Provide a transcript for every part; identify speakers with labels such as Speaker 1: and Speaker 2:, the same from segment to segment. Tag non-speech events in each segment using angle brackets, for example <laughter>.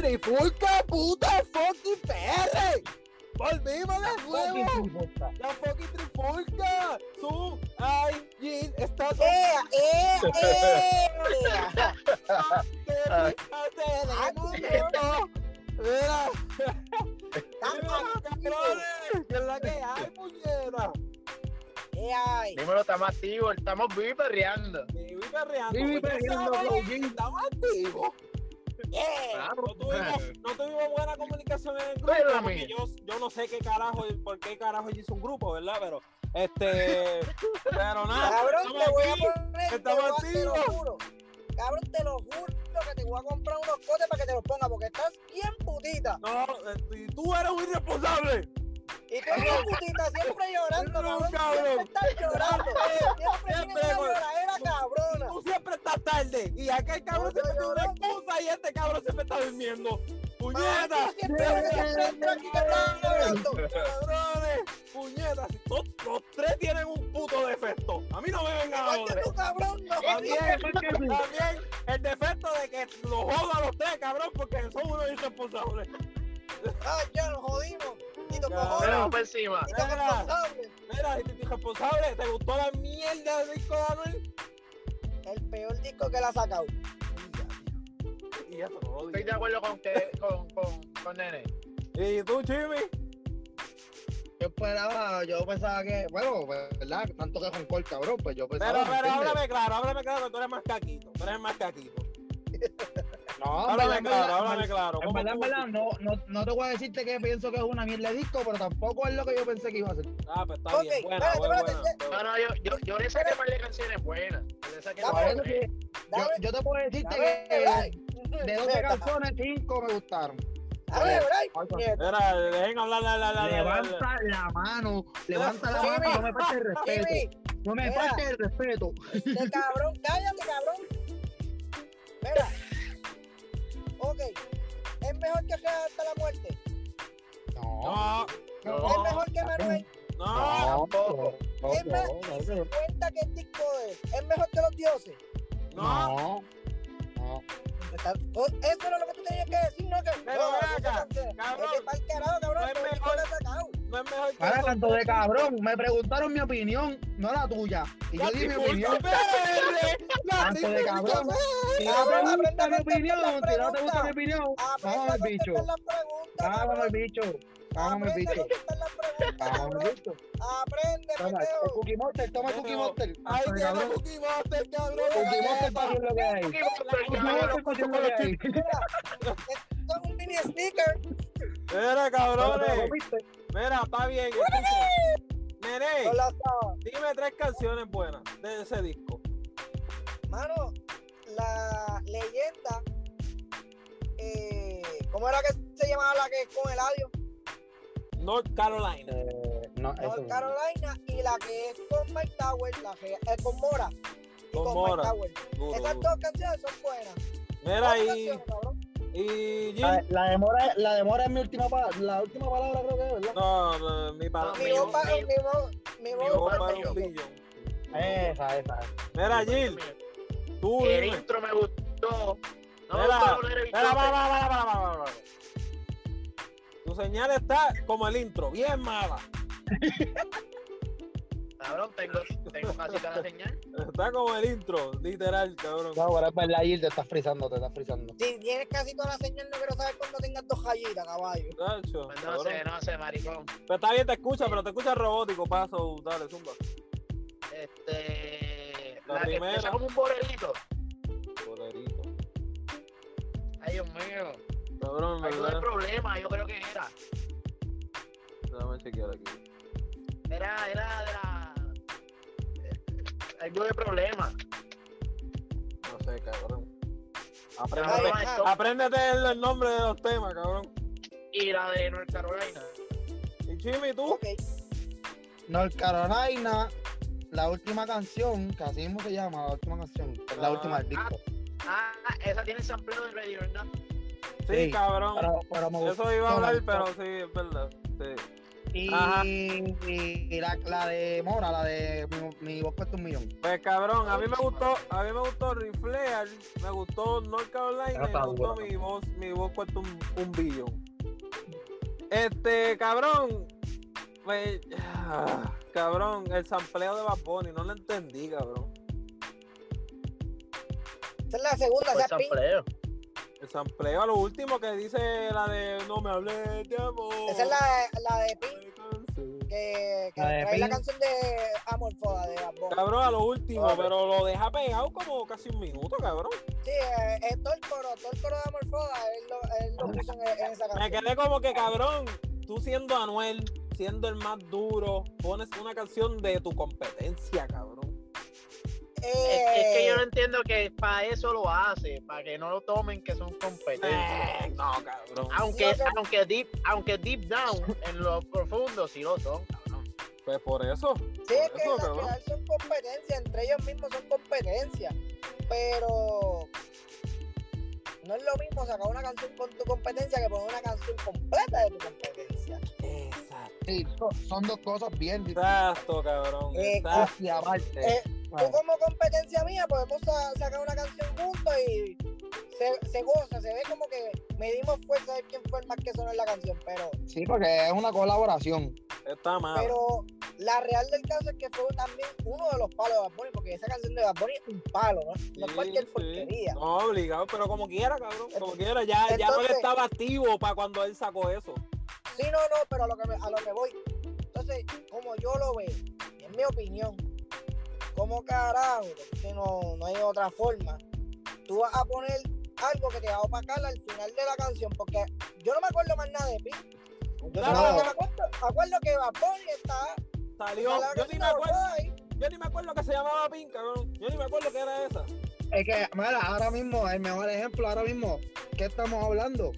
Speaker 1: mi puta, puta fucking PR. Volvimos de nuevo. La fucking trifulca. Tú, ay, Jin, estás.
Speaker 2: ¡Eh, eh, eh!
Speaker 1: Te picaste de
Speaker 2: Ay,
Speaker 1: mundo. Mira,
Speaker 2: ¡Estamos
Speaker 1: mira, cabrones. ¿Qué es la que hay, puñera?
Speaker 2: ¿Qué hay?
Speaker 3: Dímelo, estamos activos, estamos vivos y perreando.
Speaker 1: Viví perreando.
Speaker 4: Viví
Speaker 1: Oye,
Speaker 4: perreando,
Speaker 1: ¿sabes?
Speaker 4: Flow Jin.
Speaker 1: Estamos activos.
Speaker 2: Yeah.
Speaker 1: No
Speaker 3: Vamos.
Speaker 5: Eh.
Speaker 1: tuvimos, no tuvimos buena comunicación en el grupo.
Speaker 3: Pero,
Speaker 1: porque
Speaker 3: amigo.
Speaker 1: yo, yo no sé qué carajo, por qué carajo yo hice un grupo, ¿verdad? Pero, este. Pero nada.
Speaker 2: Cabrón,
Speaker 1: estamos
Speaker 2: te voy a
Speaker 1: aquí.
Speaker 2: poner. te
Speaker 1: estamos
Speaker 2: voy a- te lo
Speaker 1: activos.
Speaker 2: juro. Cabrón, te lo juro que te voy a comprar unos cotes para que te los ponga porque estás bien putita.
Speaker 1: No, este, y tú eres un irresponsable.
Speaker 2: Y tú bien putita, siempre llorando,
Speaker 1: No,
Speaker 2: cabrón.
Speaker 1: cabrón.
Speaker 2: Siempre estás llorando. Siempre
Speaker 1: Siempre,
Speaker 2: tienes una
Speaker 1: güey.
Speaker 2: lloradera cabrona.
Speaker 1: Tú siempre estás tarde. Y aquel cabrón siempre tiene una excusa y este cabrón siempre está durmiendo. ¡Puñeta!
Speaker 2: Tú siempre siempre entras aquí que estás llorando.
Speaker 1: ¡Cabrones! ¡Puñetas! Los, los tres tienen un puto defecto. A mí no me vengan a
Speaker 2: Igual que
Speaker 1: joder.
Speaker 2: tú, cabrón, no.
Speaker 1: También, también el defecto de que los jodan los tres, cabrón, porque son unos irresponsables.
Speaker 2: Ah, ya nos jodimos. Tito
Speaker 1: Ya,
Speaker 2: cojones.
Speaker 3: Vamos por encima.
Speaker 2: Tito
Speaker 1: mira.
Speaker 2: responsable.
Speaker 1: Mira, este si te irresponsable, ¿te gustó la mierda del disco de Anuel?
Speaker 2: El peor disco que la ha sacado.
Speaker 1: Y eso no lo
Speaker 3: Estoy
Speaker 1: digo.
Speaker 3: de acuerdo con, que, con, con, con Nene.
Speaker 1: ¿Y tú,
Speaker 4: Pues
Speaker 1: Jimmy?
Speaker 4: Yo esperaba, yo pensaba que, bueno, ¿verdad? Tanto que con el cabrón, pues yo
Speaker 1: Pero,
Speaker 4: pensaba.
Speaker 1: pero
Speaker 4: ¿entiendes?
Speaker 1: háblame claro, háblame claro, que tú eres más caquito. Tú eres más caquito.
Speaker 4: No, Ah, en verdad,
Speaker 1: Háblame
Speaker 4: en
Speaker 1: claro,
Speaker 4: verdad,
Speaker 1: háblame claro.
Speaker 4: En
Speaker 1: ¿Cómo
Speaker 4: verdad, en
Speaker 1: tú-
Speaker 4: verdad, no, no, no te voy a decirte que pienso que es una mierda de disco, pero tampoco es lo que yo pensé que iba a ser.
Speaker 1: Ah, pues está bien.
Speaker 2: Ok,
Speaker 1: Buena,
Speaker 2: espérate,
Speaker 1: buena,
Speaker 2: espérate,
Speaker 1: buena,
Speaker 3: No,
Speaker 1: buena.
Speaker 3: no, yo, yo, yo le saqué par de canciones buenas. Yo le saqué par de
Speaker 4: Bueno, que- yo,
Speaker 2: Dame-
Speaker 4: yo te puedo decirte
Speaker 2: dame,
Speaker 4: que
Speaker 2: dame.
Speaker 4: de 12 canciones, 5 me gustaron.
Speaker 2: Dame, Bray. Mierda.
Speaker 1: Mira, dejen hablar la, la, la, la, la, la.
Speaker 4: Levanta la mano, levanta la mano, y no me falte el respeto.
Speaker 2: Jimmy,
Speaker 4: No me
Speaker 2: mira.
Speaker 4: falte el respeto.
Speaker 2: este cabrón, cállate, cabrón. Mira. Ok. ¿Es mejor que Real hasta la muerte?
Speaker 4: No,
Speaker 1: No,
Speaker 4: no,
Speaker 2: ¿Es mejor que Manuel?
Speaker 1: no.
Speaker 4: no,
Speaker 3: tampoco.
Speaker 4: no,
Speaker 2: Es más,
Speaker 4: no,
Speaker 2: ni
Speaker 4: no, no.
Speaker 2: cuenta que el disco es. ¿Es mejor que los dioses?
Speaker 1: No.
Speaker 4: No, no.
Speaker 2: Está- o- Eso era lo que tú tenías que decir, ¿no? Que,
Speaker 1: Pero
Speaker 2: no,
Speaker 1: ven
Speaker 2: no,
Speaker 1: acá,
Speaker 2: no, no,
Speaker 1: cabrón.
Speaker 2: que te pa'l carajo, cabrón,
Speaker 1: No es
Speaker 2: que el disco
Speaker 1: mejor.
Speaker 2: lo has sacado.
Speaker 1: No es mejor que
Speaker 4: Para
Speaker 1: eso.
Speaker 4: tanto de cabrón, me preguntaron mi opinión, no la tuya. Y yo
Speaker 1: La
Speaker 4: di mi
Speaker 1: trifulca
Speaker 4: opinión. <laughs>
Speaker 1: PR, la
Speaker 4: Tanto de
Speaker 1: trifulca
Speaker 4: cabrón. Si
Speaker 2: Cabrón,
Speaker 4: no te gusta mi
Speaker 2: aprende a contestar
Speaker 4: opinión,
Speaker 2: las
Speaker 4: si no te gusta
Speaker 2: preguntas.
Speaker 4: mi opinión,
Speaker 2: Aprende
Speaker 4: vámonos
Speaker 2: a
Speaker 4: el bicho.
Speaker 2: contestar las preguntas,
Speaker 4: Vámonos
Speaker 2: cabrón.
Speaker 4: el bicho. Vámonos el
Speaker 2: Aprende a
Speaker 4: bicho.
Speaker 2: contestar las preguntas,
Speaker 4: Vámonos el
Speaker 2: cabrón.
Speaker 4: bicho.
Speaker 2: Aprende,
Speaker 4: Toma el
Speaker 2: pendejo.
Speaker 4: Cookie Monster, toma el Cookie
Speaker 1: Pero,
Speaker 4: Monster.
Speaker 1: Ahí
Speaker 4: Tanto de
Speaker 1: tiene
Speaker 4: cabrón.
Speaker 1: Cookie Monster, cabrón.
Speaker 4: Cookie Monster para lo que hay.
Speaker 3: ¿Qué
Speaker 4: Cookie Monster para lo que hay.
Speaker 2: Mira, esto es un mini sneaker.
Speaker 1: Mira,
Speaker 4: <laughs> Te lo
Speaker 1: cabrones.
Speaker 4: comiste.
Speaker 1: Mira, está bien. escuchen. Nene,
Speaker 2: Con la sábana.
Speaker 1: dime tres canciones buenas de ese disco.
Speaker 2: Mano, la leyenda. eh, ¿Cómo era que se llamaba la que es con el audio?
Speaker 1: North Carolina.
Speaker 4: Eh, No, eso
Speaker 2: North
Speaker 4: no.
Speaker 2: Carolina y la que es con Mike Tower, la que es con Mora. Y
Speaker 1: Con
Speaker 2: con,
Speaker 1: Mora.
Speaker 2: Mike Tower.
Speaker 1: Duro,
Speaker 2: Esas
Speaker 1: duro.
Speaker 2: dos canciones son buenas.
Speaker 1: Mira,
Speaker 2: Dos
Speaker 1: y,
Speaker 2: canciones, cabrón.
Speaker 1: y Jim.
Speaker 4: La- La demora, la demora es mi última palabra, la última palabra creo que es, ¿verdad?
Speaker 1: No, no, mi papá.
Speaker 3: No,
Speaker 2: Mi
Speaker 3: mi
Speaker 2: voz para
Speaker 3: mi-
Speaker 2: mi voz, mi
Speaker 3: mi
Speaker 1: Mi
Speaker 2: voz
Speaker 1: voz
Speaker 3: voz
Speaker 2: para
Speaker 1: para
Speaker 3: para
Speaker 2: el
Speaker 1: un
Speaker 3: yo.
Speaker 2: billón.
Speaker 1: billón.
Speaker 4: Esa, esa.
Speaker 1: Mira, Jill, tú
Speaker 3: El
Speaker 1: dime.
Speaker 3: intro me gustó. No me
Speaker 1: Mira,
Speaker 3: gustó poner el
Speaker 1: Espera, para,
Speaker 3: bichote.
Speaker 1: para, para, para, para, para. Tu señal está como el intro, bien mala.
Speaker 3: Cabrón, tengo, tengo casi cada señal.
Speaker 1: Está como el intro, literal, cabrón.
Speaker 4: No, pero es verdad, Gil, te estás frizando, te estás frizando.
Speaker 2: Si tienes casi toda la señal, no quiero saber cuándo tengas dos rayitas, caballo.
Speaker 1: Tacho,
Speaker 3: Pues No
Speaker 1: cabrón.
Speaker 3: sé, no sé, maricón.
Speaker 1: Pero está bien, te escucha, pero te escucha robótico, paso, dale, zumba.
Speaker 3: Este.
Speaker 1: La
Speaker 3: La, que
Speaker 1: primera.
Speaker 3: empieza como un borelito.
Speaker 1: Poderito.
Speaker 3: Ay, Dios mío.
Speaker 1: Cabrón,
Speaker 3: Ahí no hay
Speaker 1: ¿verdad?
Speaker 3: problema, yo creo que era.
Speaker 1: Déjame chequear aquí.
Speaker 3: Era, era de la.
Speaker 5: eh,
Speaker 3: Algo de problema.
Speaker 1: No sé, cabrón.
Speaker 3: La
Speaker 1: Apréndete,
Speaker 3: de
Speaker 2: Ay,
Speaker 3: Mike
Speaker 2: ah.
Speaker 3: Tower
Speaker 1: apréndete el, el nombre de los temas, cabrón.
Speaker 3: y la de North Carolina.
Speaker 1: Y Jimmy, tú.
Speaker 2: Ok.
Speaker 4: North Carolina, la última canción, que así mismo se llama, la última canción, la
Speaker 1: Ah,
Speaker 4: última del disco.
Speaker 3: Ah, esa tiene sampleo de Ready or Not.
Speaker 1: Sí,
Speaker 4: sí,
Speaker 1: cabrón.
Speaker 4: Pero, pero me
Speaker 1: Ah, Eso
Speaker 4: gustó,
Speaker 1: iba a
Speaker 4: me
Speaker 1: hablar,
Speaker 4: gustó.
Speaker 1: pero sí, es verdad. Sí.
Speaker 4: Y,
Speaker 1: Ajá.
Speaker 4: y la, la de Mora, la de mi, mi voz cuesta un millón.
Speaker 1: Pues cabrón, a mí me gustó, a mí me gustó Riflear, me gustó North Carolina y me
Speaker 5: Está
Speaker 1: gustó
Speaker 5: dura.
Speaker 1: mi voz, mi voz cuesta un, un billón. Este, cabrón, pues, <sighs> ah, cabrón, el sampleo de Bad Bunny, no lo entendí, cabrón.
Speaker 2: Esa es la segunda,
Speaker 5: Por
Speaker 2: esa es pin-
Speaker 5: sampleo.
Speaker 1: El sampleo a lo último que dice la de no me hables de amor.
Speaker 2: Esa es la, la de Pink
Speaker 1: me cansé".
Speaker 2: que, que
Speaker 4: La de
Speaker 2: trae la
Speaker 4: Pink.
Speaker 2: canción de Amor Foda de Bad Bunny.
Speaker 1: Cabrón, a lo último,
Speaker 5: Vale.
Speaker 1: pero lo deja pegado como casi un minuto, cabrón.
Speaker 2: Sí, eh, es todo el coro, todo el coro de Amor Foda, él lo, él lo puso en, en
Speaker 1: Me
Speaker 2: esa canción.
Speaker 1: quedé como que, cabrón, tú siendo Anuel, siendo el más duro, pones una canción de tu competencia, cabrón.
Speaker 2: Eh,
Speaker 5: Es, es que yo no entiendo que para eso lo hace, para que no lo tomen que son competencias.
Speaker 1: Eh, no, cabrón.
Speaker 5: Aunque,
Speaker 2: Lo que-
Speaker 5: aunque, deep, aunque deep down, en lo profundo, sí lo son, cabrón.
Speaker 1: Pues por eso.
Speaker 2: Sí, es que
Speaker 1: Eso,
Speaker 2: al
Speaker 1: cabrón.
Speaker 2: final son competencia, entre ellos mismos son competencia. Pero no es lo mismo sacar una canción con tu competencia que poner una canción completa de tu competencia.
Speaker 1: Exacto.
Speaker 4: Sí, so- son dos cosas bien diferentes.
Speaker 1: Exacto, cabrón.
Speaker 2: Eh,
Speaker 1: Exacto.
Speaker 4: Y aparte,
Speaker 2: Eh,
Speaker 4: bueno,
Speaker 2: Tú como competencia mía podemos sa- sacar una canción juntos y se, se goza, se ve como que medimos fuerza de quién fue el más que sonó en la canción, pero,
Speaker 4: sí, porque es una colaboración.
Speaker 1: Está mal.
Speaker 2: pero la real del caso es que fue también uno de los palos de Bad Bunny, porque esa canción de Bad Bunny es un palo, ¿no? No es
Speaker 1: Sí,
Speaker 2: cualquier
Speaker 1: sí.
Speaker 2: porquería.
Speaker 1: No, obligado, pero como quiera, cabrón. Como quiera, ya, ya no
Speaker 2: Entonces-
Speaker 1: le estaba activo para cuando él sacó eso.
Speaker 2: Sí, no, no, pero a lo que, me- a lo que voy. Entonces, como yo lo veo, es mi opinión, como carajo, que no, no hay otra forma, tú vas a poner algo que te va a opacar al final de la canción, porque yo no me acuerdo más nada de ti. Yo
Speaker 1: Claro.
Speaker 2: solamente me acuerdo, acuerdo que va Bunny está.
Speaker 1: Salió.
Speaker 2: está la
Speaker 1: Yo ni me
Speaker 2: canción
Speaker 1: acuerdo,
Speaker 2: ahí.
Speaker 1: yo ni me acuerdo que se llamaba Pin, cabrón. Yo ni me acuerdo que era esa.
Speaker 4: Es que, mira, ahora mismo, el mejor ejemplo, ahora mismo, ¿qué estamos hablando?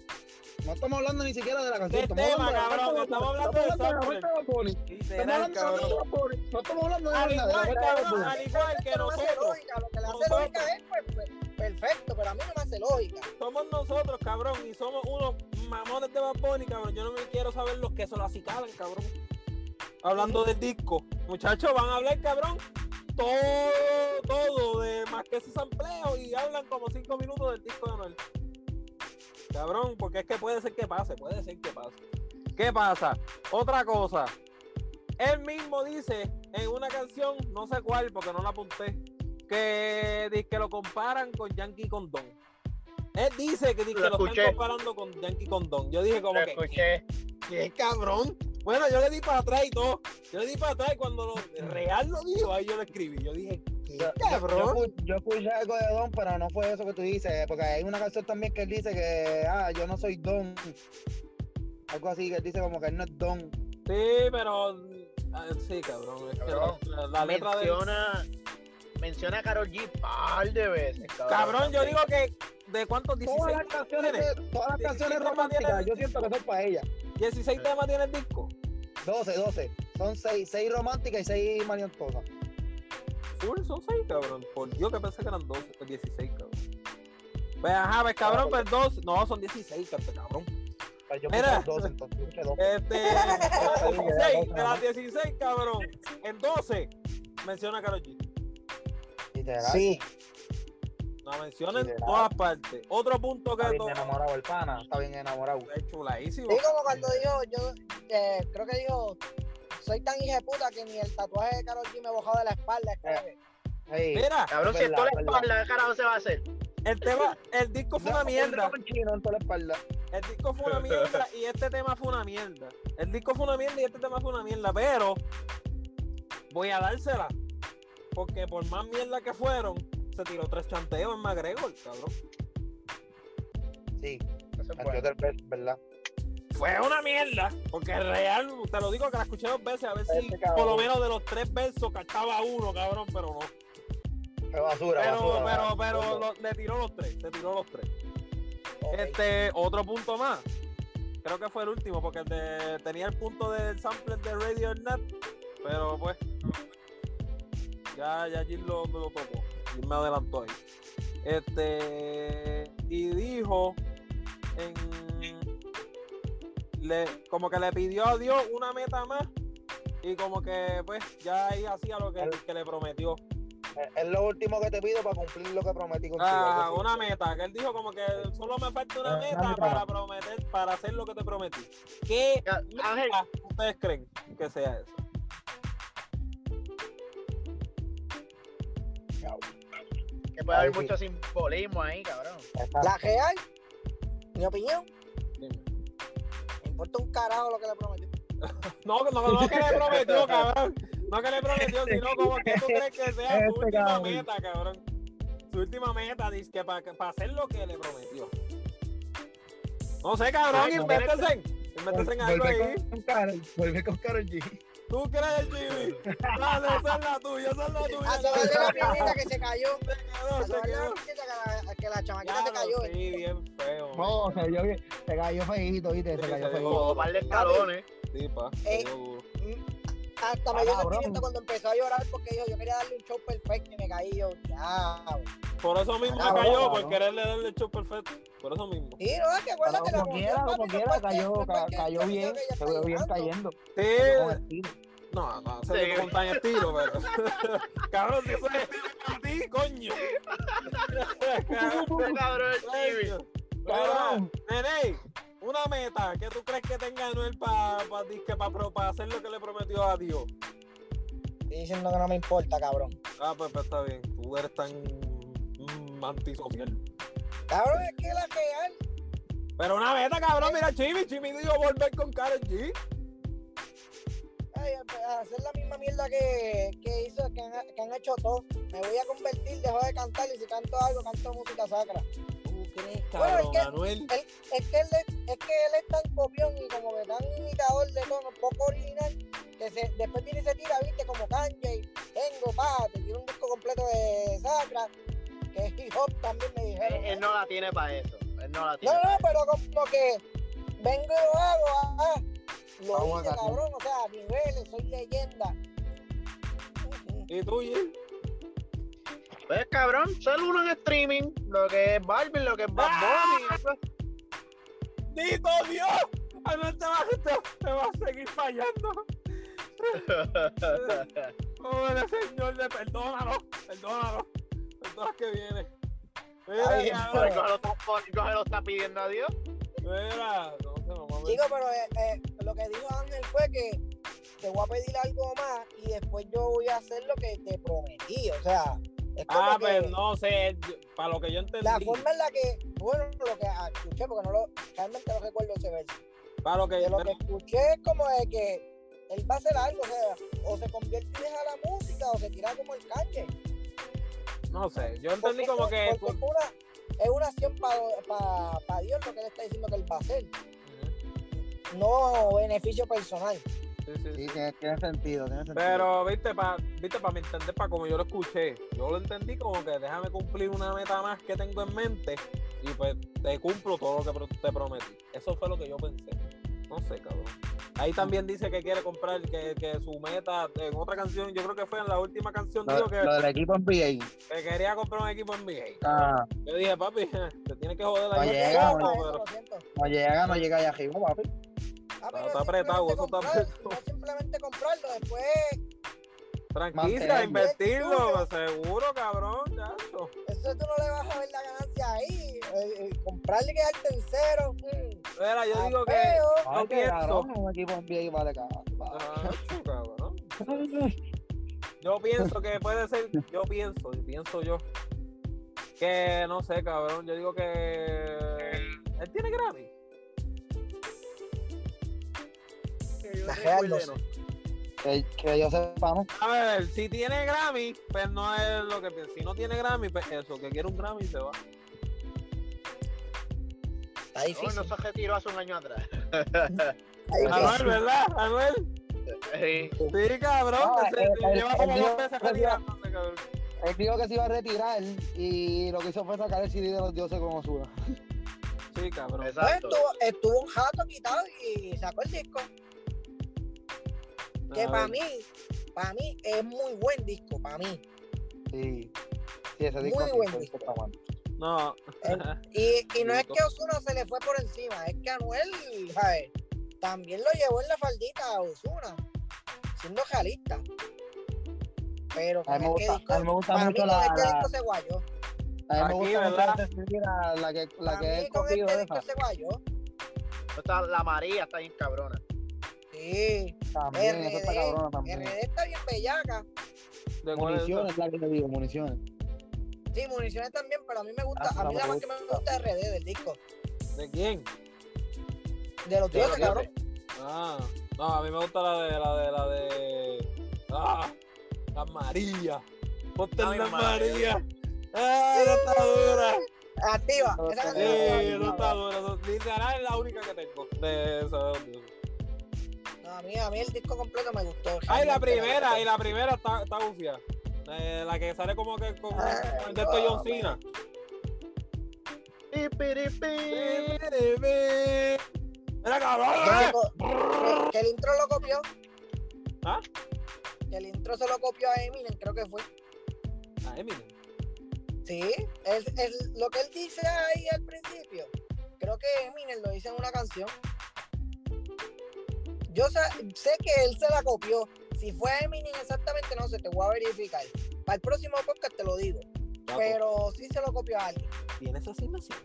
Speaker 4: No estamos hablando ni siquiera de la canción.
Speaker 1: Del
Speaker 4: estamos
Speaker 1: tema,
Speaker 4: hablando de la
Speaker 1: cabrón,
Speaker 4: parte
Speaker 1: estamos
Speaker 4: de Bad
Speaker 1: hablando
Speaker 4: Bunny,
Speaker 1: de
Speaker 4: estamos hablando de la parte de Bad Bunny, estamos
Speaker 1: Literal,
Speaker 4: hablando
Speaker 1: cabrón.
Speaker 4: de la parte de Bad Bunny, no estamos hablando de
Speaker 1: Al
Speaker 4: nada, de la
Speaker 1: igual,
Speaker 4: parte de Bad
Speaker 1: cabrón,
Speaker 4: Bunny.
Speaker 1: al igual que
Speaker 2: No me hace
Speaker 1: nosotros.
Speaker 2: lógica, lo que le hace
Speaker 1: Nosotros.
Speaker 2: lógica es pues, pues, perfecto, pero a mí no me hace lógica.
Speaker 1: Somos nosotros, cabrón, y somos unos mamones de Bad Bunny, cabrón. Yo no me quiero saber los que se lo acicalan, cabrón. Hablando del disco, muchachos, van a hablar, cabrón, todo, todo, de más que ese sampleo y hablan como cinco minutos del disco de Noel. Cabrón, porque es que puede ser que pase, puede ser que pase. ¿Qué pasa? Otra cosa. Él mismo dice en una canción, no sé cuál, porque no la apunté, que, dice que lo comparan con Yankee Condón. Él dice que, dice que
Speaker 5: Lo
Speaker 1: lo
Speaker 5: escuché.
Speaker 1: están comparando con Yankee Condón. Yo dije como
Speaker 5: Lo
Speaker 1: que,
Speaker 5: escuché.
Speaker 1: ¿qué cabrón? Bueno, yo le di para atrás y todo. Yo le di para atrás y cuando lo, Real lo dijo, ahí yo lo escribí. Yo dije, ¿qué
Speaker 4: Yo- Yo,
Speaker 1: cabrón?
Speaker 4: escu- yo escuché algo de Don, pero no fue eso que tú dices, porque hay una canción también que él dice que, ah, yo no soy Don. Algo así, que él dice como que él no es Don.
Speaker 1: Sí, pero... ah, Sí, cabrón. Es que
Speaker 5: Cabrón.
Speaker 1: la, la letra de...
Speaker 5: menciona, menciona a Karol G par de veces, cabrón.
Speaker 1: Cabrón, yo digo que... ¿De cuántos? 16
Speaker 4: Todas las canciones,
Speaker 1: tiene?
Speaker 4: de- todas las
Speaker 1: Sí,
Speaker 4: canciones
Speaker 1: sí, sí,
Speaker 4: románticas,
Speaker 1: tiene-
Speaker 4: yo siento que son para ella.
Speaker 1: 16 temas tiene el disco.
Speaker 4: 12, 12. Son 6, 6 románticas y 6 mariantosas.
Speaker 1: Full son 6, cabrón. Por Dios que pensé que eran 12, pues 16, cabrón. Pues ajá, pues cabrón, pues 12. No, son 16, cabrón.
Speaker 4: Pues yo
Speaker 1: Mira.
Speaker 4: puse 12, entonces yo puse 12.
Speaker 1: Este, de las 16, de las 16, cabrón. En 12, menciona a Karol G.
Speaker 4: Literal.
Speaker 2: Sí,
Speaker 1: La menciona en
Speaker 4: Literal.
Speaker 1: todas partes. Otro punto que
Speaker 4: Está bien
Speaker 1: to-
Speaker 4: enamorado el pana, está bien enamorado.
Speaker 1: es chuladísimo.
Speaker 2: Sí, como cuando dijo, yo eh, creo que dijo, soy tan hija de puta que ni el tatuaje de Karol G me bajaba de la espalda.
Speaker 4: Eh,
Speaker 2: es como que-
Speaker 4: Ey,
Speaker 1: Mira,
Speaker 5: Cabrón, si
Speaker 4: Verdad,
Speaker 5: esto la
Speaker 4: verdad.
Speaker 5: espalda, ¿qué carajo se va a hacer?
Speaker 1: el tema, el disco fue
Speaker 4: no,
Speaker 1: una
Speaker 4: un
Speaker 1: mierda.
Speaker 4: rincón chino en toda la espalda.
Speaker 1: El disco fue una mierda y este tema fue una mierda. El disco fue una mierda y este tema fue una mierda, pero voy a dársela. Porque por más mierda que fueron, se tiró tres chanteos en McGregor, cabrón.
Speaker 4: Sí,
Speaker 5: No se
Speaker 4: cambió
Speaker 5: puede.
Speaker 4: del pez, ¿verdad?
Speaker 1: Fue una mierda. Porque es real, te lo digo que la escuché dos veces, a ver si
Speaker 4: Este cabrón.
Speaker 1: por lo menos de los tres versos cantaba uno, cabrón, pero no.
Speaker 4: Qué basura,
Speaker 1: Pero,
Speaker 4: basura.
Speaker 1: pero,
Speaker 4: basura.
Speaker 1: pero lo- le tiró los tres, se tiró los tres.
Speaker 2: ok.
Speaker 1: Este, otro punto más. Creo que fue el último, porque el de- tenía el punto del sample de Radio Net, pero pues. Ya, ya Jim lo, lo tocó. Jim me adelantó ahí. Este. Y dijo en le, como que le pidió a Dios una meta más y como que pues ya ahí hacía lo que, que le prometió.
Speaker 4: Es- Es lo último que te pido para cumplir lo que prometí contigo.
Speaker 1: Ah,
Speaker 4: algo así.
Speaker 1: una meta, que él dijo como que solo me falta una
Speaker 4: Ah, Una
Speaker 1: meta
Speaker 4: meta.
Speaker 1: para prometer, para hacer lo que te prometí. ¿Qué
Speaker 5: Ya, Ángel,
Speaker 1: meta ustedes creen que sea eso?
Speaker 5: que puede haber
Speaker 4: Ahí sí.
Speaker 5: mucho simbolismo ahí, cabrón.
Speaker 4: Está-
Speaker 2: La real, mi opinión,
Speaker 1: Dime.
Speaker 2: me importa un carajo lo que le prometió.
Speaker 1: No, no, no que le
Speaker 4: <laughs>
Speaker 1: prometió, cabrón. No que le prometió, sino como que tú crees que sea su
Speaker 4: Este
Speaker 1: última
Speaker 4: cabrón.
Speaker 1: meta, cabrón. Su última meta, dice que para hacer lo que le prometió. No sé, cabrón,
Speaker 5: Ay, no.
Speaker 1: invéntense. Invéntense en algo
Speaker 4: Vuelve
Speaker 1: ahí.
Speaker 4: con, con Karol, vuelve con Karol G.
Speaker 1: ¿Tú crees,
Speaker 4: <laughs>
Speaker 1: Jimmy? Dale, esa es la tuya, esa es la tuya.
Speaker 2: A sobarle Ah, la piernita que se cayó.
Speaker 1: Se
Speaker 2: A
Speaker 1: quedó, se
Speaker 2: sobarle la
Speaker 1: quedó.
Speaker 2: piernita que la, que la chamaquita
Speaker 1: Ya
Speaker 2: se cayó. eh.
Speaker 1: lo sí, bien feo.
Speaker 4: No, se vio bien. Se cayó feíto, viste,
Speaker 1: Sí,
Speaker 4: se cayó
Speaker 1: se
Speaker 2: Oh.
Speaker 4: feíto.
Speaker 1: dejó.
Speaker 5: O par de
Speaker 2: <laughs>
Speaker 5: escalones.
Speaker 1: Sí, pa,
Speaker 2: Ey.
Speaker 1: se dio duro.
Speaker 2: Hasta
Speaker 4: Ah,
Speaker 2: me dio
Speaker 4: cabrón.
Speaker 2: sentimiento cuando empezó a llorar porque dijo, yo quería darle un show perfecto y me caí yo. Ya,
Speaker 1: Por eso mismo se
Speaker 4: Cabrón,
Speaker 1: cayó, por
Speaker 4: cabrón.
Speaker 1: quererle darle el show perfecto. Por eso mismo.
Speaker 2: Sí, no, es que acuérdate
Speaker 4: Pero
Speaker 2: la
Speaker 4: como quiera,
Speaker 2: emoción,
Speaker 4: como
Speaker 2: papi, no
Speaker 4: quiera,
Speaker 2: fue
Speaker 4: cayó,
Speaker 2: que- no fue
Speaker 4: ca-
Speaker 2: que-
Speaker 4: cayó
Speaker 2: yo
Speaker 4: bien,
Speaker 2: creo que ella
Speaker 4: se
Speaker 2: está
Speaker 4: vio bien
Speaker 2: llorando.
Speaker 4: cayendo. cayó con
Speaker 1: Sí,
Speaker 4: el tiro.
Speaker 1: eh, No, no, se le
Speaker 5: Sí.
Speaker 1: con tan estilo, pero. <laughs> cabrón, si eso es estilo para ti, coño. <laughs> cabrón,
Speaker 5: Cabrón, Jimmy.
Speaker 1: coño. cabrón. Nene, una meta que tú crees que tenga Anuel para pa, disque pa, pro- pa hacer lo que le prometió a Dios.
Speaker 2: Estoy diciendo que no me importa, cabrón.
Speaker 1: Ah, pues, pues, está bien. Tú eres tan mm, antisocial.
Speaker 2: Cabrón, es que la real.
Speaker 1: Pero una meta, cabrón, mira, Chimi. Chimi dijo volver con Karol G.
Speaker 2: Ay, a- a hacer la misma mierda que, que hizo, que han, que han hecho todos. Me voy a convertir, dejo de cantar y si canto algo, canto música sacra.
Speaker 1: ¿Tú crees,
Speaker 2: Bueno, es
Speaker 1: cabrón,
Speaker 2: que-
Speaker 1: Anuel?
Speaker 2: Es que él es, es que él es tan copión y como que tan imitador de tono, poco original, que se, después tiene y se tira, viste, como Kanye, tengo pa, te quiero un disco completo de sacra, que es hip hop también me
Speaker 5: Él,
Speaker 1: Eh,
Speaker 2: dijeron.
Speaker 5: él no la tiene para eso. Él no la
Speaker 2: No,
Speaker 5: tiene.
Speaker 2: no,
Speaker 5: pa'
Speaker 2: no,
Speaker 5: eso.
Speaker 2: pero como que vengo y lo hago, ah, ah, lo
Speaker 4: Vamos a
Speaker 2: hice,
Speaker 4: sacar.
Speaker 2: cabrón, o sea, niveles, soy leyenda.
Speaker 1: ¿Y tú, Jim?
Speaker 5: Pues cabrón, solo uno en streaming. Lo que es Barbie, lo que es Bad
Speaker 2: Ah.
Speaker 5: Bunny. <laughs> eso es-
Speaker 1: ¡Dito Dios! Anuel te va, te, te va a seguir fallando. Oh, el señor de perdónalo, perdónalo. Perdónalo que viene. Mira,
Speaker 2: Ay,
Speaker 1: cabrón,
Speaker 5: Pero Cógelo está- cógelo está pidiendo a Dios.
Speaker 1: mira. No se nos va a ver.
Speaker 2: Chico, pero eh, eh, lo que dijo Ángel fue que te voy a pedir algo más y después yo voy a hacer lo que te prometí. O sea, es como
Speaker 1: Ah,
Speaker 2: que
Speaker 1: pero no sé, yo- para lo que yo entendí,
Speaker 2: la forma en la que, bueno, lo que ah, escuché, porque no lo, realmente no recuerdo ese verso.
Speaker 1: para lo que
Speaker 2: De
Speaker 1: yo
Speaker 2: lo que escuché es como de que él va a hacer algo, o sea, o se convierte y deja la música, o se tira como el calle.
Speaker 1: no sé, yo entendí como que
Speaker 2: porque es una, es una acción para Dios lo que él está diciendo que él va a hacer,
Speaker 1: Ujú,
Speaker 2: no beneficio personal.
Speaker 1: sí, sí, sí.
Speaker 4: Sí, tiene, tiene sentido, tiene sentido.
Speaker 1: Pero viste, para viste, para mi entender, para como yo lo escuché, yo lo entendí como que déjame cumplir una meta más que tengo en mente y pues te cumplo todo lo que pro- te prometí. Eso fue lo que yo pensé. No sé, cabrón. Ahí también dice que quiere comprar, que, que su meta, en otra canción, yo creo que fue en la última canción,
Speaker 4: lo,
Speaker 1: dijo que,
Speaker 4: lo del equipo NBA.
Speaker 1: que quería comprar un equipo en NBA.
Speaker 4: Ah,
Speaker 1: Yo dije, papi, <laughs> te tienes que joder
Speaker 4: Oye,
Speaker 1: ahí.
Speaker 2: Yo
Speaker 1: en el
Speaker 2: no
Speaker 4: llegamos.
Speaker 1: campo,
Speaker 2: para eso,
Speaker 1: pero-
Speaker 2: lo siento.
Speaker 4: no llega, no llega allá arriba, papi.
Speaker 2: Ah,
Speaker 1: Pero está
Speaker 2: pero es
Speaker 1: apretado, eso está
Speaker 2: simplemente
Speaker 1: apretado.
Speaker 2: comprar, No es simplemente comprarlo, después,
Speaker 1: Tranquila,
Speaker 4: Mantenerlo.
Speaker 1: invertirlo, seguro, cabrón, chacho.
Speaker 2: eso tú no le vas a ver la ganancia ahí. Eh, eh, comprarle y quedarte en cero. mm,
Speaker 1: Mira, yo
Speaker 2: está
Speaker 1: digo que.
Speaker 2: feo.
Speaker 1: No
Speaker 4: Ay, qué
Speaker 1: pienso.
Speaker 4: cabrón, un equipo NBA vale cabrón.
Speaker 1: Chacho, cabrón. Yo pienso que puede ser, yo pienso, y pienso yo, que no sé, cabrón, yo digo que él tiene Grammy.
Speaker 2: La real no sé.
Speaker 4: Que, que yo sepa, ¿no?
Speaker 1: A ver, si tiene Grammy, pues no es lo que pienso. Si no tiene Grammy, pues eso, que quiere un Grammy se va.
Speaker 2: Está
Speaker 5: No,
Speaker 2: difícil.
Speaker 5: no se retiró hace un año atrás. <laughs>
Speaker 2: está difícil.
Speaker 1: Anuel, ¿verdad? Anuel.
Speaker 5: Sí.
Speaker 1: Sí, cabrón,
Speaker 4: Ah,
Speaker 1: se-
Speaker 4: el- el-
Speaker 1: lleva como
Speaker 4: el
Speaker 1: dos
Speaker 4: Dios-
Speaker 1: veces
Speaker 4: el Dios.
Speaker 1: retirándose, cabrón.
Speaker 4: Él dijo que se iba a retirar y lo que hizo fue sacar el CD de los dioses con Osuna.
Speaker 1: Sí, cabrón.
Speaker 2: Pues
Speaker 5: Exacto.
Speaker 2: estuvo, estuvo un jato quitado y sacó el disco. Que
Speaker 1: A
Speaker 2: para
Speaker 1: ver.
Speaker 2: mí, para mí es muy buen disco, para mí.
Speaker 4: Sí. Sí, ese disco
Speaker 2: Muy
Speaker 4: sí,
Speaker 2: buen
Speaker 4: fue-
Speaker 2: disco.
Speaker 4: fue pa' mano.
Speaker 1: No. <laughs>
Speaker 2: Y, y no es
Speaker 1: Disco.
Speaker 2: que Osuna se le fue por encima, es que Anuel, ¿sabes? También lo llevó en la faldita a Osuna, siendo jalista. Pero
Speaker 4: A
Speaker 2: con
Speaker 4: mí
Speaker 2: este
Speaker 4: me gusta,
Speaker 2: disco,
Speaker 4: a mí me gusta
Speaker 2: para mí
Speaker 4: mucho
Speaker 2: con
Speaker 4: la,
Speaker 2: este
Speaker 4: la-
Speaker 2: disco se guayó.
Speaker 4: a mí me
Speaker 1: Aquí,
Speaker 4: gusta mucho
Speaker 1: ¿verdad?
Speaker 4: la textura, la que, la
Speaker 2: Para
Speaker 4: que
Speaker 2: mí
Speaker 4: he
Speaker 2: con
Speaker 4: cogido
Speaker 2: este
Speaker 4: esa.
Speaker 2: disco se guayó.
Speaker 5: Está- la María está bien cabrona.
Speaker 2: Sí,
Speaker 4: También, eso está
Speaker 2: RD,
Speaker 4: cabrona también.
Speaker 2: RD está bien bellaca.
Speaker 1: ¿De cuál es
Speaker 4: Municiones es la que le digo, municiones.
Speaker 2: Sí, Municiones también, pero a mí me gusta,
Speaker 4: Ah,
Speaker 2: a mí la
Speaker 4: me
Speaker 2: más que me gusta es RD del disco.
Speaker 1: esa? ¿De quién?
Speaker 2: De los
Speaker 1: De los dioses.
Speaker 2: dioses, cabrón.
Speaker 1: Ah, no, a mí me gusta la de la de la de. Ah, la María. Ponte
Speaker 3: Ay,
Speaker 1: la
Speaker 3: María.
Speaker 1: María. Ah, no está <laughs> dura.
Speaker 2: Activa.
Speaker 4: No,
Speaker 2: Esa
Speaker 4: no,
Speaker 2: canción está
Speaker 1: Eh, no
Speaker 2: activa.
Speaker 1: está dura. No- Literal es la única que tengo. De esa.
Speaker 2: No, a mí, a mí el disco completo me gustó.
Speaker 1: Ay, la
Speaker 2: realmente me gustó.
Speaker 1: primera, y la primera está, está gufia. Eh, la que sale como que con
Speaker 2: Ay,
Speaker 1: con de esto John
Speaker 2: no,
Speaker 1: Cena.
Speaker 5: Pipiripi.
Speaker 1: Era
Speaker 2: Yo
Speaker 1: cabrón.
Speaker 2: digo, que- que el intro lo copió.
Speaker 1: ¿Ah?
Speaker 2: Que el intro se lo copió a Eminem, creo que fue.
Speaker 1: Ah, Eminem.
Speaker 2: Sí, el, el- lo que él dice ahí al principio, creo que Eminem lo dice en una canción. Yo sa- sé que él se la copió. Si fue Eminem exactamente, no sé, te voy a verificar. Para el próximo podcast te lo digo.
Speaker 1: Chapo,
Speaker 2: Pero sí se lo copió a alguien.
Speaker 1: ¿Tienes pues, asignación?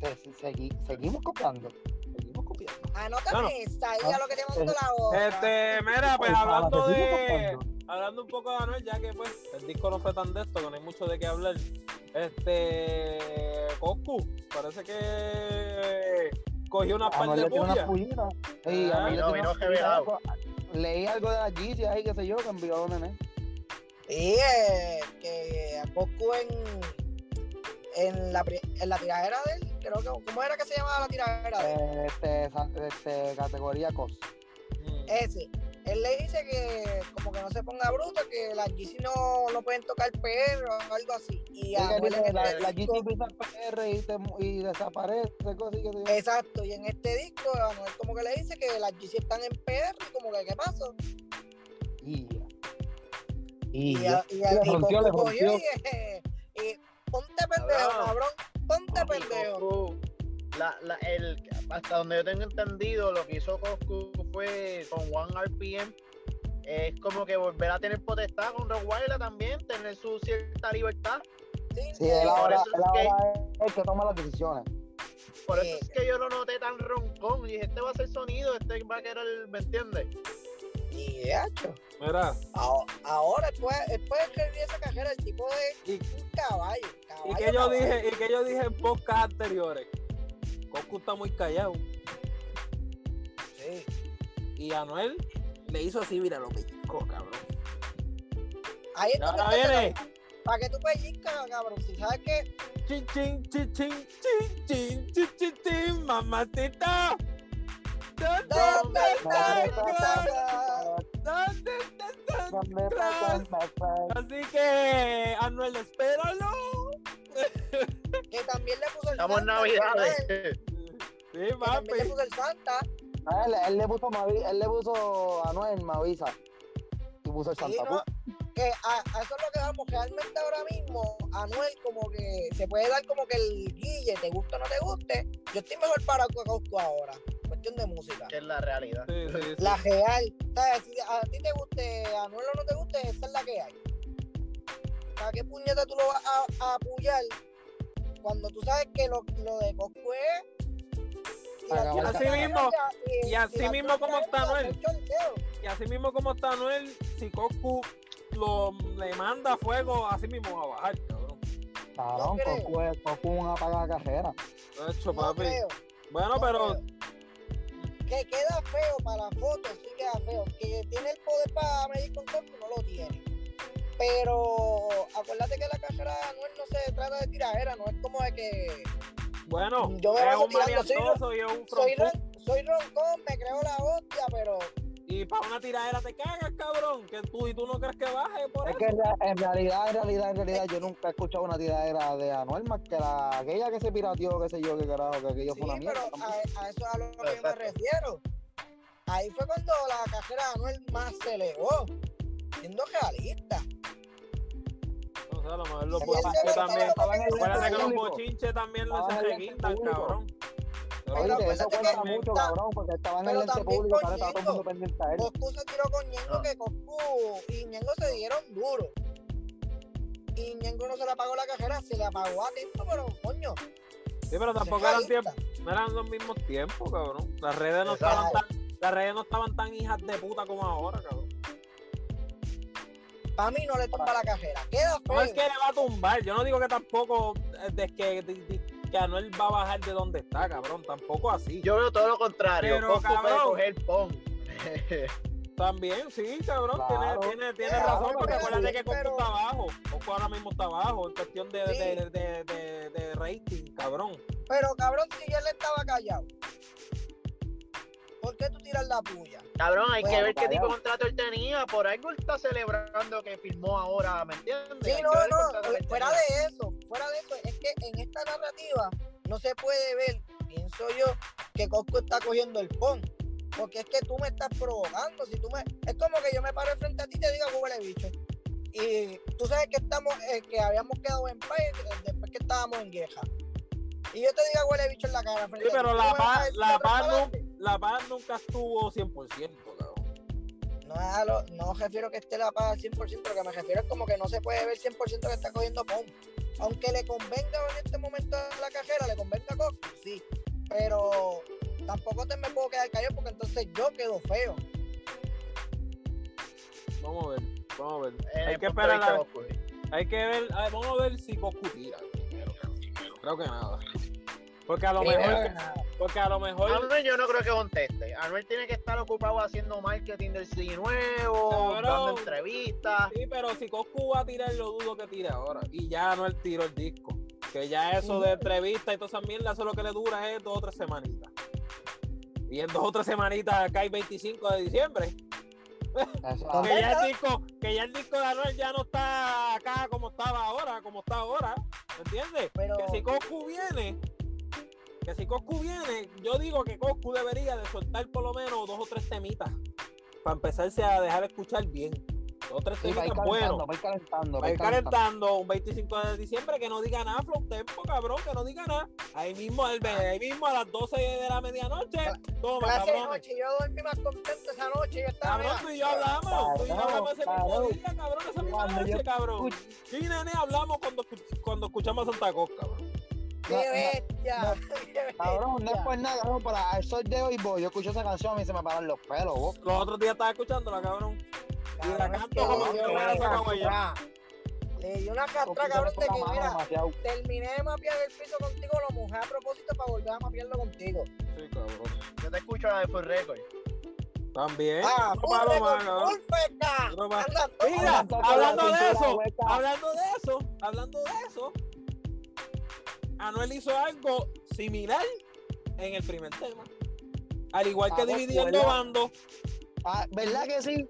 Speaker 4: Se- se- segui- seguimos copiando.
Speaker 1: Seguimos copiando.
Speaker 2: Anótame
Speaker 1: No, no.
Speaker 2: esta, ella
Speaker 4: Ah,
Speaker 2: lo que te mandó la otra.
Speaker 1: Este, mira, pues
Speaker 4: Ojalá,
Speaker 1: hablando
Speaker 4: Ah, te sigo
Speaker 1: de.
Speaker 4: copiando.
Speaker 1: Hablando un poco de Anuel, ya que pues el disco no fue tan de esto, que no hay mucho de qué hablar. Este. Coscu, parece que. Cogió una par
Speaker 4: Anuel
Speaker 1: de
Speaker 4: le tiene una
Speaker 1: puyas.
Speaker 4: pullita. Sí,
Speaker 1: Ah,
Speaker 4: Anuel le
Speaker 5: vino,
Speaker 4: tiene
Speaker 5: vino
Speaker 4: una
Speaker 5: revelado.
Speaker 4: pullita. Leí algo de las Yeezy ahí, qué sé yo, que envió a nene.
Speaker 2: Sí, eh, que a Coscu en, en, la, pri- en la tiradera de él, creo que, ¿cómo era que se llamaba la tiradera de él?
Speaker 4: Este, sa- este, categoría cos.
Speaker 1: Mm.
Speaker 2: Ese. Él le dice que como que no se ponga bruto, que las GC no, no pueden tocar PR o algo así. Y
Speaker 4: Sí, que
Speaker 2: Anuel
Speaker 4: dice,
Speaker 2: en
Speaker 4: La
Speaker 2: este
Speaker 4: la
Speaker 2: disco-
Speaker 4: Yeezy pisa el PR y, te, mu- y desaparece, cosas y qué sé yo.
Speaker 2: Exacto, y en este disco Anuel como que le dice que las GC están en PR, y como que ¿qué pasó?
Speaker 4: Y ya.
Speaker 2: Y,
Speaker 4: Y
Speaker 2: a-
Speaker 4: ya.
Speaker 2: y, a-
Speaker 4: Le
Speaker 2: y
Speaker 4: rompió, le
Speaker 2: Coscu cogió
Speaker 4: rompió.
Speaker 2: y, y ponte pendejo,
Speaker 3: Cabrón.
Speaker 2: cabrón, ponte
Speaker 5: Papi,
Speaker 2: pendejo.
Speaker 5: Coscu, la- la- el- hasta donde yo tengo entendido, lo que hizo Coscu fue con One RPM. Es como que volver a tener potestad con Rockwaila también, tener su cierta libertad.
Speaker 4: Sí, él
Speaker 5: por
Speaker 4: ahora,
Speaker 5: eso es
Speaker 4: él
Speaker 5: que-
Speaker 4: ahora es el que toma las decisiones.
Speaker 5: Por eso
Speaker 2: Sí.
Speaker 5: es que yo lo noté tan roncón. Y dije, este va a ser sonido, este va a quedar, el- ¿me entiendes?
Speaker 2: Y hacho.
Speaker 1: Mira,
Speaker 2: Ahora, ahora después, después de escribir esa carrera, el tipo
Speaker 1: y
Speaker 2: de un caballo. caballo
Speaker 1: ¿Y que yo
Speaker 2: caballo.
Speaker 1: dije? ¿Y que yo dije en podcast anteriores? Coscu está muy callado.
Speaker 2: Sí.
Speaker 1: Y Anuel le hizo así, mira lo pellizcó, cabrón.
Speaker 2: Ahí es
Speaker 1: Y ahora
Speaker 2: donde
Speaker 1: viene.
Speaker 2: ¿Para que tú pellizcas, cabrón? Si sabes que
Speaker 1: Chin, chin, chin, chin, chin, chin, chin, chin, chin, mamacita. ¿Dónde está el gol? ¿Dónde está el gol? Así que, Anuel, espéralo.
Speaker 2: que también le puso el
Speaker 5: Estamos en
Speaker 2: Santa,
Speaker 5: Navidades.
Speaker 2: Que
Speaker 1: Sí, papi.
Speaker 2: también le puso el Santa.
Speaker 4: Ah, Él, él le puso Mavi- él le puso a Noel Mavisa. Y puso el
Speaker 2: Sí,
Speaker 4: Santa
Speaker 2: no,
Speaker 4: Cruz.
Speaker 2: que a, a eso es lo que vamos. Realmente ahora mismo, Anuel, como que se puede dar como que el guille, te gusta o no te guste. Yo estoy mejor para que Coscu ahora. Cuestión de música.
Speaker 5: Que es la realidad.
Speaker 1: Sí, sí, sí.
Speaker 2: La real. ¿Sabes? Si a ti te guste, a Noel o no te guste, esa es la que hay. ¿Para qué puñeta tú lo vas a, a apoyar cuando tú sabes que lo, lo de Coscu es. si la
Speaker 4: Acabar.
Speaker 2: chica
Speaker 1: Así
Speaker 2: está
Speaker 1: mismo,
Speaker 2: loca,
Speaker 1: y así
Speaker 2: la
Speaker 1: mismo como
Speaker 2: chica
Speaker 1: está
Speaker 2: loca,
Speaker 1: Anuel.
Speaker 2: es chorteo.
Speaker 1: Y así mismo como está Anuel, si Coscu lo, le manda fuego, así mismo va a bajar, cabrón.
Speaker 4: Cabrón,
Speaker 2: no creo.
Speaker 4: Coscu es Coscu es un apagada cajera.
Speaker 1: Hecho,
Speaker 2: No
Speaker 1: papi.
Speaker 2: creo,
Speaker 1: Bueno,
Speaker 2: no
Speaker 1: pero
Speaker 2: creo. Que queda feo para la foto, sí queda feo. Que tiene el poder para medir con Coscu, no lo tiene. Pero acuérdate que la carrera de Anuel no se trata de tiradera, no es como de que.
Speaker 1: bueno,
Speaker 2: Yo me
Speaker 1: es
Speaker 2: baso
Speaker 1: un
Speaker 2: tirando, soy
Speaker 1: maleantoso y es un
Speaker 2: soy,
Speaker 1: fronco.
Speaker 2: ron- soy roncón, me creo la hostia, pero
Speaker 1: Y para una tiradera te cagas, cabrón. Que tú y tú no crees que baje por
Speaker 4: Es
Speaker 1: eso.
Speaker 4: que en rea- en realidad, en realidad, en realidad, yo nunca he escuchado una tiradera de Anuel más que la, aquella que se pirateó, qué sé yo, qué carajo, que aquello
Speaker 2: sí,
Speaker 4: fue una mierda.
Speaker 2: pero ah,
Speaker 4: también.
Speaker 2: a, a eso es a lo que yo me
Speaker 5: Exacto.
Speaker 2: refiero. Ahí fue cuando la carrera de Anuel más se elevó, siendo realista.
Speaker 1: O sea, a lo mejor los
Speaker 2: Sí, Ah, él se
Speaker 1: bochinches
Speaker 2: ve
Speaker 1: también.
Speaker 2: todo lo que
Speaker 1: Acuérdate que los
Speaker 2: público.
Speaker 1: bochinches también les
Speaker 4: Estaban
Speaker 1: se
Speaker 4: en el
Speaker 1: reguindan,
Speaker 4: público.
Speaker 1: cabrón. Pero
Speaker 4: Oye,
Speaker 2: Pero
Speaker 4: eso
Speaker 2: acuérdate
Speaker 4: cuenta
Speaker 2: que-
Speaker 4: mucho,
Speaker 2: ta-
Speaker 4: cabrón, porque estaba en
Speaker 2: pero
Speaker 4: el lente
Speaker 2: también
Speaker 4: público, ahora está
Speaker 2: Coñengo.
Speaker 4: todo el mundo pendiente a él.
Speaker 2: Coscu se tiró con Ñengo,
Speaker 5: Ah.
Speaker 2: que Coscu y Ñengo se dieron duro. Y Ñengo no se le apagó la cajera, se le apagó a tiempo, pero coño.
Speaker 1: Sí, pero tampoco
Speaker 2: se
Speaker 1: eran
Speaker 2: calienta.
Speaker 1: tiempos, no eran los mismos tiempos, cabrón. Las redes no
Speaker 5: Exacto.
Speaker 1: estaban tan, las redes no estaban tan hijas de puta como ahora, cabrón.
Speaker 2: Para mí no le tumba la cajera. Queda
Speaker 1: No es
Speaker 2: feo.
Speaker 1: que le va a tumbar, yo no digo que tampoco eh, de que, de- de- que Anuel va a bajar de donde está, cabrón, tampoco así.
Speaker 5: Yo veo todo lo contrario.
Speaker 1: Pero,
Speaker 5: Coscu puede
Speaker 1: cabrón.
Speaker 5: coger pon.
Speaker 1: También, sí, cabrón,
Speaker 4: Claro.
Speaker 1: tiene, tiene, tiene
Speaker 2: Claro,
Speaker 1: razón,
Speaker 2: pero
Speaker 1: porque acuérdate
Speaker 2: sí,
Speaker 1: que Coco
Speaker 2: pero-
Speaker 1: está abajo, Coco ahora mismo está abajo en cuestión de,
Speaker 2: Sí.
Speaker 1: de, de, de- de rating, cabrón.
Speaker 2: Pero cabrón, si él estaba callado. ¿Por qué tú tiras la puya?
Speaker 5: Cabrón, hay que
Speaker 2: Bueno,
Speaker 5: ver qué tipo de
Speaker 4: cabrón.
Speaker 5: contrato él tenía. Por algo él está celebrando que firmó ahora, ¿me entiendes?
Speaker 2: Sí,
Speaker 5: Hay
Speaker 2: no,
Speaker 5: que ver el contrato que él
Speaker 2: no, fuera
Speaker 5: tenía.
Speaker 2: de eso, fuera de eso, es que en esta narrativa no se puede ver, pienso yo, que Cosco está cogiendo el pon, porque es que tú me estás provocando, si tú me, es como que yo me paro frente a ti y te diga huele bicho, y tú sabes que estamos, eh, que habíamos quedado en paz eh, después que estábamos en guerra, y yo te diga huele bicho en la cara, frente
Speaker 1: Sí,
Speaker 2: a ti,
Speaker 1: pero
Speaker 2: ¿tú
Speaker 1: la
Speaker 2: me vas a
Speaker 1: paz,
Speaker 2: decir
Speaker 1: la
Speaker 2: otra
Speaker 1: paz,
Speaker 2: palabra?
Speaker 1: nu- la paz nunca estuvo 100%, cabrón.
Speaker 2: No, a lo- no refiero que esté la paz al 100%, lo que me refiero es como que no se puede ver 100% que está cogiendo pon. Aunque le convenga en este momento a la cajera, le convenga a Coscu, sí. Pero tampoco te me puedo quedar callado porque entonces yo quedo feo.
Speaker 1: Vamos a ver, vamos a ver.
Speaker 5: En el
Speaker 1: Hay que
Speaker 5: punto de
Speaker 1: esperar
Speaker 5: vista
Speaker 1: a-
Speaker 5: de Coscu.
Speaker 1: Hay que ver, a ver, vamos a ver si Coscu tira. Creo que nada. Porque a lo mejor, porque a lo mejor,
Speaker 5: Anuel yo no creo que conteste. Anuel tiene que estar ocupado haciendo marketing del CD nuevo,
Speaker 1: Cabrón.
Speaker 5: dando entrevistas.
Speaker 1: sí, pero si Coscu va a tirar, lo dudo que tire ahora. Y ya no él tiró el disco. Que ya eso de entrevista y todas esas mierdas, eso lo que le dura es dos o tres semanitas. Y en dos o tres semanitas, acá hay 25 de diciembre.
Speaker 4: Eso-
Speaker 1: Que ya el disco, que ya el disco de Anuel ya no está acá como estaba ahora, como está ahora. ¿Me entiendes?
Speaker 2: Pero
Speaker 1: que si Coscu viene, que si Coscu viene, yo digo que Coscu debería de soltar por lo menos dos o tres temitas para empezarse a dejar escuchar bien. Dos o tres
Speaker 4: Sí, va a ir
Speaker 1: temitas buenos.
Speaker 4: calentando, va a ir calentando,
Speaker 1: Va a ir calentando un 25 de diciembre que no diga nada, flow tempo, cabrón, que no diga nada. Ahí mismo, el, ahí mismo a las 12 de la medianoche, toma,
Speaker 2: clase de
Speaker 1: cabrón.
Speaker 2: noche, yo dormí más contento esa noche, yo estaba
Speaker 1: Cabrón,
Speaker 2: mira,
Speaker 1: tú y yo hablamos, tú y yo
Speaker 4: Cabrón,
Speaker 1: hablamos ese mismo
Speaker 4: cabrón.
Speaker 1: día, cabrón, esa misma
Speaker 4: Cuando yo
Speaker 1: noche, cabrón. Yo y Nene hablamos cuando, escu- cuando escuchamos a Santa Claus, cabrón.
Speaker 2: qué bestia.
Speaker 4: no,
Speaker 2: <laughs> qué bestia.
Speaker 4: Cabrón, no es por nada, cabrón, pero al sol de hoy, bo, yo escucho esa canción y se me paran los pelos, bo.
Speaker 1: Los otros días estaba escuchándola, cabrón. Y la
Speaker 2: Cabrón, es que
Speaker 1: canto como
Speaker 2: le
Speaker 1: si
Speaker 2: dio
Speaker 1: no
Speaker 2: una
Speaker 1: hubiera sacado ella.
Speaker 2: castrá. Le dio una
Speaker 4: Escucho
Speaker 2: castra, cabrón, de
Speaker 4: con la
Speaker 2: que
Speaker 4: mano
Speaker 2: mira,
Speaker 4: demasiado.
Speaker 2: terminé de mapear el piso contigo, lo mojé a propósito para volver a mapearlo contigo.
Speaker 1: Sí, cabrón.
Speaker 5: Yo te escucho la de Full Record.
Speaker 1: También.
Speaker 2: Ah,
Speaker 1: No
Speaker 2: full
Speaker 1: palo
Speaker 2: record,
Speaker 1: más, cabrón.
Speaker 2: full feca.
Speaker 1: Otro más.
Speaker 2: Anda,
Speaker 1: Mira,
Speaker 4: Anda, toca
Speaker 1: hablando
Speaker 4: la
Speaker 1: de
Speaker 4: cintura
Speaker 1: eso,
Speaker 4: hueca.
Speaker 2: ah.
Speaker 1: hablando de eso, hablando de eso, Anuel hizo algo similar en el primer tema. Al igual que
Speaker 4: Ah, bueno,
Speaker 1: dividiendo
Speaker 4: ¿verdad?
Speaker 1: bandos.
Speaker 4: Ah, ¿Verdad que sí?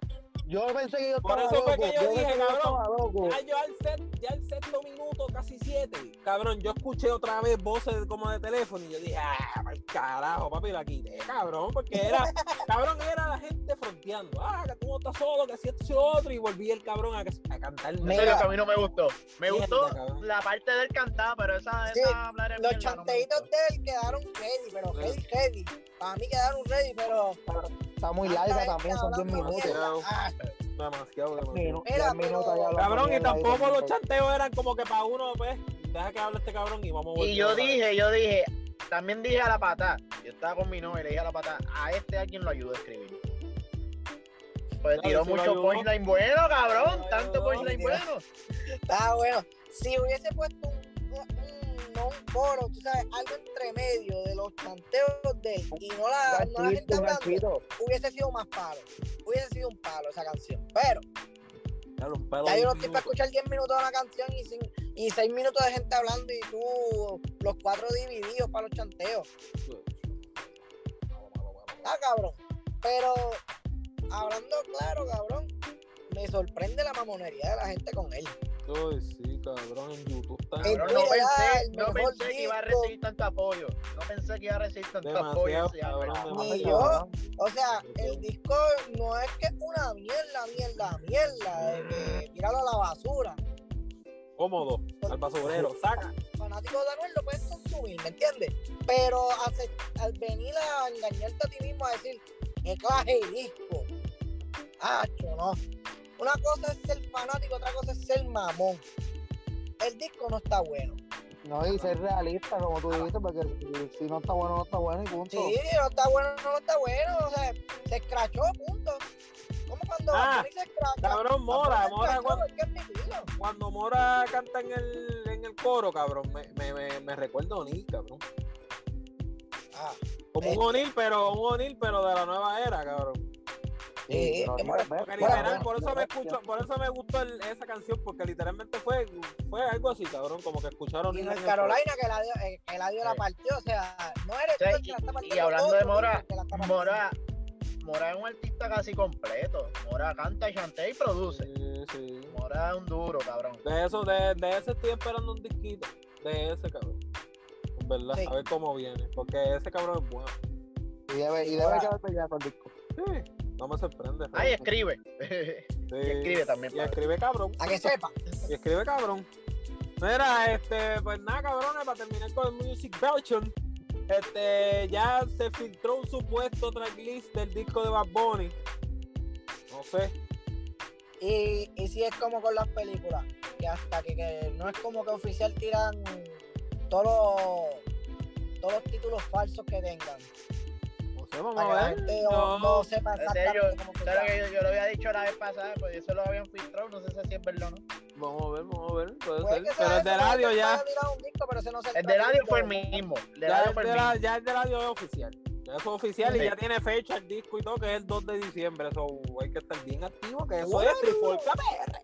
Speaker 4: Yo pensé que yo
Speaker 1: Por
Speaker 4: estaba
Speaker 1: eso fue que yo
Speaker 4: pensé
Speaker 1: dije, cabrón,
Speaker 4: estaba loco.
Speaker 1: Ya yo al set- ya el sexto minuto, casi siete. Cabrón, yo escuché otra vez voces como de teléfono y yo dije, ah, pa'l carajo, papi, la quité, cabrón, porque
Speaker 2: <laughs>
Speaker 1: era, cabrón, era la gente fronteando. Ah, que tú no estás solo, que si esto y lo otro, y volví el cabrón a, a cantar.
Speaker 5: Eso es lo que a mí no me gustó. Me
Speaker 1: Mierda,
Speaker 5: gustó
Speaker 1: cabrón.
Speaker 5: la parte del cantar, pero esa,
Speaker 2: Sí,
Speaker 5: esa hablar en
Speaker 2: Los
Speaker 5: mierda no me
Speaker 2: chanteitos
Speaker 5: gustó.
Speaker 2: de él quedaron ready, pero
Speaker 1: Sí.
Speaker 2: ready, ready. Para mí quedaron ready, pero.
Speaker 4: Está muy
Speaker 2: Anda,
Speaker 4: larga
Speaker 2: esta
Speaker 4: también, son 10
Speaker 2: hablando
Speaker 4: minutos.
Speaker 2: mierda.
Speaker 1: Demasiado,
Speaker 2: Ah,
Speaker 1: demasiado, demasiado.
Speaker 4: Minu- diez
Speaker 2: pero-
Speaker 4: minutos ahí hablando
Speaker 1: Cabrón, y
Speaker 4: mierda ahí,
Speaker 1: tampoco los
Speaker 4: tampoco.
Speaker 1: chanteos eran como que para uno, pues, deja que hable este cabrón y vamos a
Speaker 5: Y
Speaker 1: voltear
Speaker 5: yo
Speaker 1: otra vez.
Speaker 5: dije, yo dije, también dije a la patá, yo estaba con mi novia y le dije a la patá, a este alguien lo ayuda a escribir.
Speaker 1: Claro,
Speaker 5: Pues tiró
Speaker 1: sí lo
Speaker 5: mucho
Speaker 1: ayudó.
Speaker 5: punchline bueno, cabrón,
Speaker 1: Lo
Speaker 5: tanto
Speaker 1: ayudó.
Speaker 5: punchline
Speaker 2: Mira.
Speaker 5: bueno.
Speaker 2: Está bueno. Si hubiese puesto un, un- no un coro, tú sabes, algo entre medio de los chanteos de él y no la, no la
Speaker 4: Un
Speaker 2: gente
Speaker 4: ganchito, un
Speaker 2: hablando,
Speaker 4: ganchito.
Speaker 2: hubiese sido más palo. Hubiese sido un palo esa canción. Pero.
Speaker 1: Ya los pelos
Speaker 2: Ya
Speaker 1: del
Speaker 2: yo no estoy para
Speaker 1: minuto.
Speaker 2: escuchar 10 minutos de una canción y, sin, y 6 minutos de gente hablando y tú los cuatro divididos para los chanteos. Ah, cabrón. Pero hablando claro, cabrón, me sorprende la mamonería de la gente con él.
Speaker 1: Ay, sí, cabrón, en YouTube está
Speaker 5: Cabrón,
Speaker 2: Mira,
Speaker 5: no pensé,
Speaker 2: el
Speaker 5: no
Speaker 2: mejor
Speaker 5: pensé que iba a
Speaker 2: disco.
Speaker 5: recibir tanto apoyo. No pensé que iba a recibir tanto apoyo.
Speaker 1: demasiado,
Speaker 5: así, ah,
Speaker 1: cabrón,
Speaker 5: ¿verdad?
Speaker 2: Ni
Speaker 1: demasiado.
Speaker 2: yo. O sea, el disco no es que es una mierda, mierda, mierda, de que tirarlo a la basura.
Speaker 1: Cómodo, al basurero, saca.
Speaker 2: Fanático de Anuel lo puedes consumir. Halloween, ¿me entiendes? Pero hace- al venir a engañarte a ti mismo a decir, qué clase de disco. Ah, no. Una cosa es ser fanático, otra cosa es ser mamón. El disco no está bueno.
Speaker 4: No, y ser realista, como tú dijiste, porque si no está bueno, no está bueno y punto.
Speaker 2: Sí, no está bueno, no está bueno. O sea, se escrachó, punto. Como cuando
Speaker 1: Ah,
Speaker 2: Bad Bunny se escracha.
Speaker 1: cabrón, Mora,
Speaker 2: Bad Bunny se
Speaker 1: Mora,
Speaker 2: escrachó
Speaker 1: Mora.
Speaker 2: porque es divino.
Speaker 1: Cuando Mora canta en el, en el coro, cabrón, me, me, me, me recuerda a O'Neill, cabrón.
Speaker 2: Ah,
Speaker 1: Como un O'Neill, pero un O'Neill, pero de la nueva era, cabrón.
Speaker 2: sí,
Speaker 4: pero
Speaker 2: que
Speaker 4: no,
Speaker 2: Mora-
Speaker 4: ves,
Speaker 1: Porque
Speaker 2: Bueno,
Speaker 1: literal,
Speaker 4: bueno,
Speaker 1: por eso
Speaker 4: bueno,
Speaker 1: me escucho, por eso me gustó el- esa canción, porque literalmente fue, fue algo así, cabrón, como que escucharon
Speaker 2: y
Speaker 1: en
Speaker 2: no es
Speaker 1: el
Speaker 2: Carolina que la dio, eh, que la, dio la
Speaker 5: Sí.
Speaker 2: partió, o sea, no eres
Speaker 5: O sea,
Speaker 2: tú el que la está partiendo,
Speaker 5: y hablando de
Speaker 2: otro
Speaker 5: Mora,
Speaker 2: es el que la está partiendo.
Speaker 5: Mora, Mora es un artista casi completo. Mora canta, chantea y produce.
Speaker 1: Sí, sí.
Speaker 5: Mora es un duro, cabrón.
Speaker 1: De eso, de, de ese estoy esperando un disquito. De ese, cabrón. En verdad,
Speaker 2: Sí.
Speaker 1: a ver cómo viene. Porque ese cabrón es bueno.
Speaker 4: Y debe, y debe
Speaker 2: Ahora-
Speaker 4: quedar peleado con el disco.
Speaker 1: Sí. No me sorprende.
Speaker 5: Ay,
Speaker 1: realmente.
Speaker 5: escribe. <laughs>
Speaker 1: Sí.
Speaker 5: escribe también,
Speaker 1: Y
Speaker 5: padre.
Speaker 1: escribe cabrón.
Speaker 2: A que sepa.
Speaker 1: Y escribe cabrón. Mira, este, pues nada, cabrones, para terminar con el Music Belchon, este, ya se filtró un supuesto tracklist del disco de Bad Bunny. No sé.
Speaker 2: Y, y si es como con las películas, que hasta que, que no es como que oficial tiran todos los, todos los títulos falsos que tengan.
Speaker 1: No sé, vamos
Speaker 2: Para que la
Speaker 1: a ver.
Speaker 2: gente
Speaker 1: No.
Speaker 2: no, no sepa
Speaker 5: En serio,
Speaker 2: exactamente cómo
Speaker 5: ¿sabes lo
Speaker 2: funciona.
Speaker 5: que yo, yo lo había dicho la vez pasada, pues eso lo habían filtrado, no sé si es verdad o no.
Speaker 1: Vamos a ver, vamos a ver. Puede
Speaker 2: Puede
Speaker 1: ser.
Speaker 2: que sea
Speaker 1: Pero el
Speaker 2: eso,
Speaker 1: de
Speaker 2: puede
Speaker 1: radio
Speaker 2: que
Speaker 1: ya.
Speaker 2: haya tirado un disco, pero ese no es
Speaker 5: El de radio
Speaker 2: tracklist
Speaker 5: fue el
Speaker 2: original.
Speaker 5: mismo. El de
Speaker 1: Ya
Speaker 5: radio
Speaker 1: el
Speaker 5: fue el
Speaker 1: de la-
Speaker 5: mismo.
Speaker 1: ya el de radio es oficial. Ya eso es oficial y
Speaker 5: Sí.
Speaker 1: ya tiene fecha el disco y todo, que es el 2 de diciembre. Eso hay que estar bien activo, que eso
Speaker 2: Bueno.
Speaker 1: es Tripol KPR.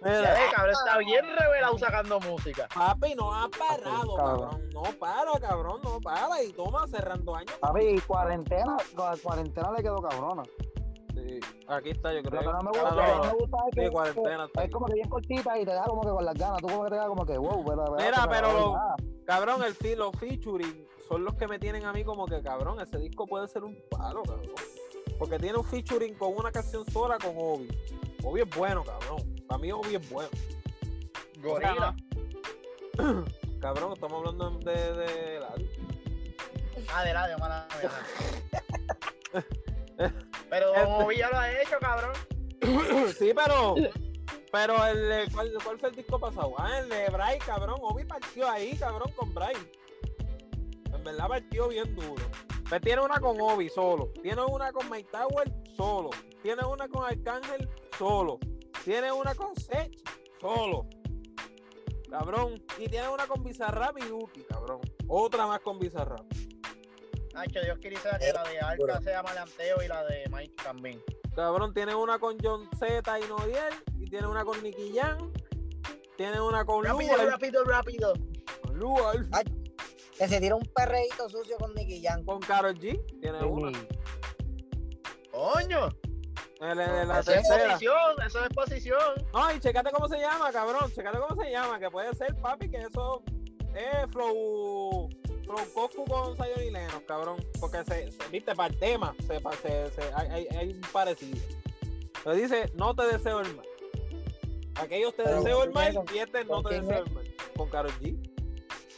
Speaker 1: Mira,
Speaker 5: Ya, eh, cabrón, está bien revelado sacando música.
Speaker 1: papi, no ha parado,
Speaker 4: cabrón.
Speaker 1: cabrón. No para, cabrón, no para. Y toma cerrando años.
Speaker 4: Papi, cuarentena, la cuarentena le quedó cabrona.
Speaker 1: Aquí está, yo creo.
Speaker 4: Lo que no me
Speaker 1: Ah,
Speaker 4: gusta,
Speaker 1: no,
Speaker 4: lo que no
Speaker 1: no.
Speaker 4: me gusta es
Speaker 1: Sí,
Speaker 4: que
Speaker 1: cuarentena está
Speaker 4: es
Speaker 1: aquí.
Speaker 4: como que bien cortita y te da como que con las ganas. Tú como que te da como que wow, pero.
Speaker 1: Mira, pero lo-
Speaker 4: ah,
Speaker 1: Cabrón, el fi- los featuring son los que me tienen a mí como que, cabrón, ese disco puede ser un palo, cabrón. Porque tiene un featuring con una canción sola con Obi. Obi es bueno, cabrón. Para mí Obi es bueno.
Speaker 5: Gorila.
Speaker 1: Cabrón, estamos hablando de, de la- <clears throat>
Speaker 5: Ah, de radio, mala mía.
Speaker 1: <laughs>
Speaker 5: Pero Don Obi ya lo ha hecho, cabrón.
Speaker 1: Sí, pero. Pero el, eh, ¿cuál, cuál fue el disco pasado? Ah, el de Bray, cabrón. Obi partió ahí, cabrón, con Bray. En verdad partió bien duro. Pero tiene una con Obi solo. Tiene una con Mike Tower solo. Tiene una con Arcángel solo. Tiene una con Sech solo. Cabrón. Y tiene una con Bizarrap y Uki, cabrón. Otra más con Bizarrap.
Speaker 5: Nacho, Dios quiere que la de Arca sea Maleanteo y la de Mike también.
Speaker 1: Cabrón, tiene una con John Z y Nodiel. Y tiene una con Nicky Jam. Tiene una con Lugar.
Speaker 5: rápido, rápido.
Speaker 1: Con Lugar.
Speaker 2: Que se tira un perreíto sucio con Nicky Jam.
Speaker 1: Con Karol G. Tiene una.
Speaker 5: Coño,
Speaker 1: El- el- la
Speaker 5: eso es
Speaker 1: tercera.
Speaker 5: posición, eso es posición.
Speaker 1: No, y checate cómo se llama, cabrón. Checate cómo se llama. Que puede ser, papi, que eso es Flow. Flow Coscu con Sayon y Lenos, cabrón. Porque se, se- viste, para el tema, se, pa- se- se- hay, hay- hay un parecido. Pero dice, no te deseo el mal. Aquellos te
Speaker 2: Pero,
Speaker 1: deseo el
Speaker 2: ¿con quién
Speaker 1: mal y este no
Speaker 2: con
Speaker 1: te
Speaker 2: quién
Speaker 1: deseo el mal. Con Karol G.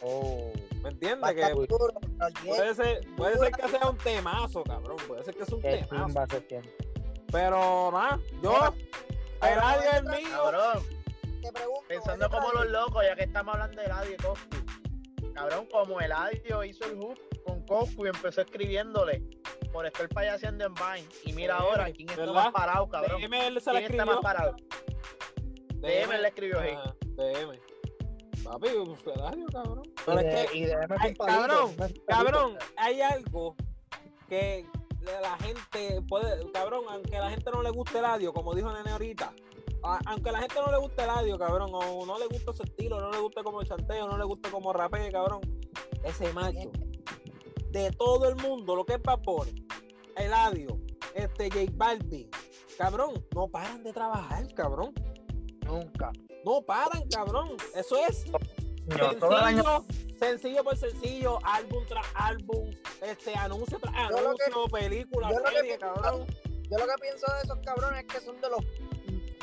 Speaker 4: Oh.
Speaker 1: ¿Me entiendes?
Speaker 2: Basta
Speaker 1: Que
Speaker 5: pues,
Speaker 2: duro, pero el bien,
Speaker 1: puede ser, puede ser que sea un temazo, cabrón. Puede ser que sea un
Speaker 4: Qué
Speaker 1: temazo.
Speaker 4: chimba se siente.
Speaker 1: Pero nada, yo, el
Speaker 2: pero
Speaker 1: radio es
Speaker 2: no es
Speaker 1: mío.
Speaker 5: Cabrón,
Speaker 2: te pregunto,
Speaker 5: pensando
Speaker 2: ¿ese
Speaker 5: como los
Speaker 2: tracklist-
Speaker 5: locos, ya que estamos hablando de Eladio y Coscu. Cabrón, como Eladio hizo el hook con Coscu y empezó escribiéndole por estar payaseando en Vine. Y mira
Speaker 1: Sí,
Speaker 5: ahora, ¿quién está
Speaker 1: ¿verdad?
Speaker 5: más parado, cabrón?
Speaker 1: DM él se la
Speaker 5: ¿Quién está más
Speaker 1: escribió.
Speaker 5: parado? DM le escribió ¿eh? ahí.
Speaker 1: Ajá, DM. Papi, pues, el radio, cabrón.
Speaker 4: Y
Speaker 1: Pero
Speaker 4: de-
Speaker 5: Eh,
Speaker 1: es que,
Speaker 4: y de- dame
Speaker 1: ay,
Speaker 4: un palito,
Speaker 1: cabrón,
Speaker 4: dame un palito.
Speaker 1: cabrón, hay algo que la gente puede, cabrón, aunque a la gente no le guste el radio, como dijo Nene ahorita, a- aunque a la gente no le guste el radio, cabrón, o no le gusta su estilo, no le gusta como chanteo, no le gusta como rapea, cabrón, ese macho de todo el mundo, lo que es vapor, Eladio, este J Balvin, cabrón, no paran de trabajar, cabrón.
Speaker 4: Nunca.
Speaker 1: No paran, cabrón. Eso es
Speaker 5: Yo todo el
Speaker 1: sencillo,
Speaker 5: año-
Speaker 1: sencillo por sencillo, álbum tras álbum, este anuncio tras
Speaker 2: Yo lo
Speaker 1: anuncio, película,
Speaker 2: yo lo que
Speaker 1: serie,
Speaker 2: pienso-
Speaker 1: cabrón.
Speaker 2: Yo lo que pienso de esos cabrones es que son de los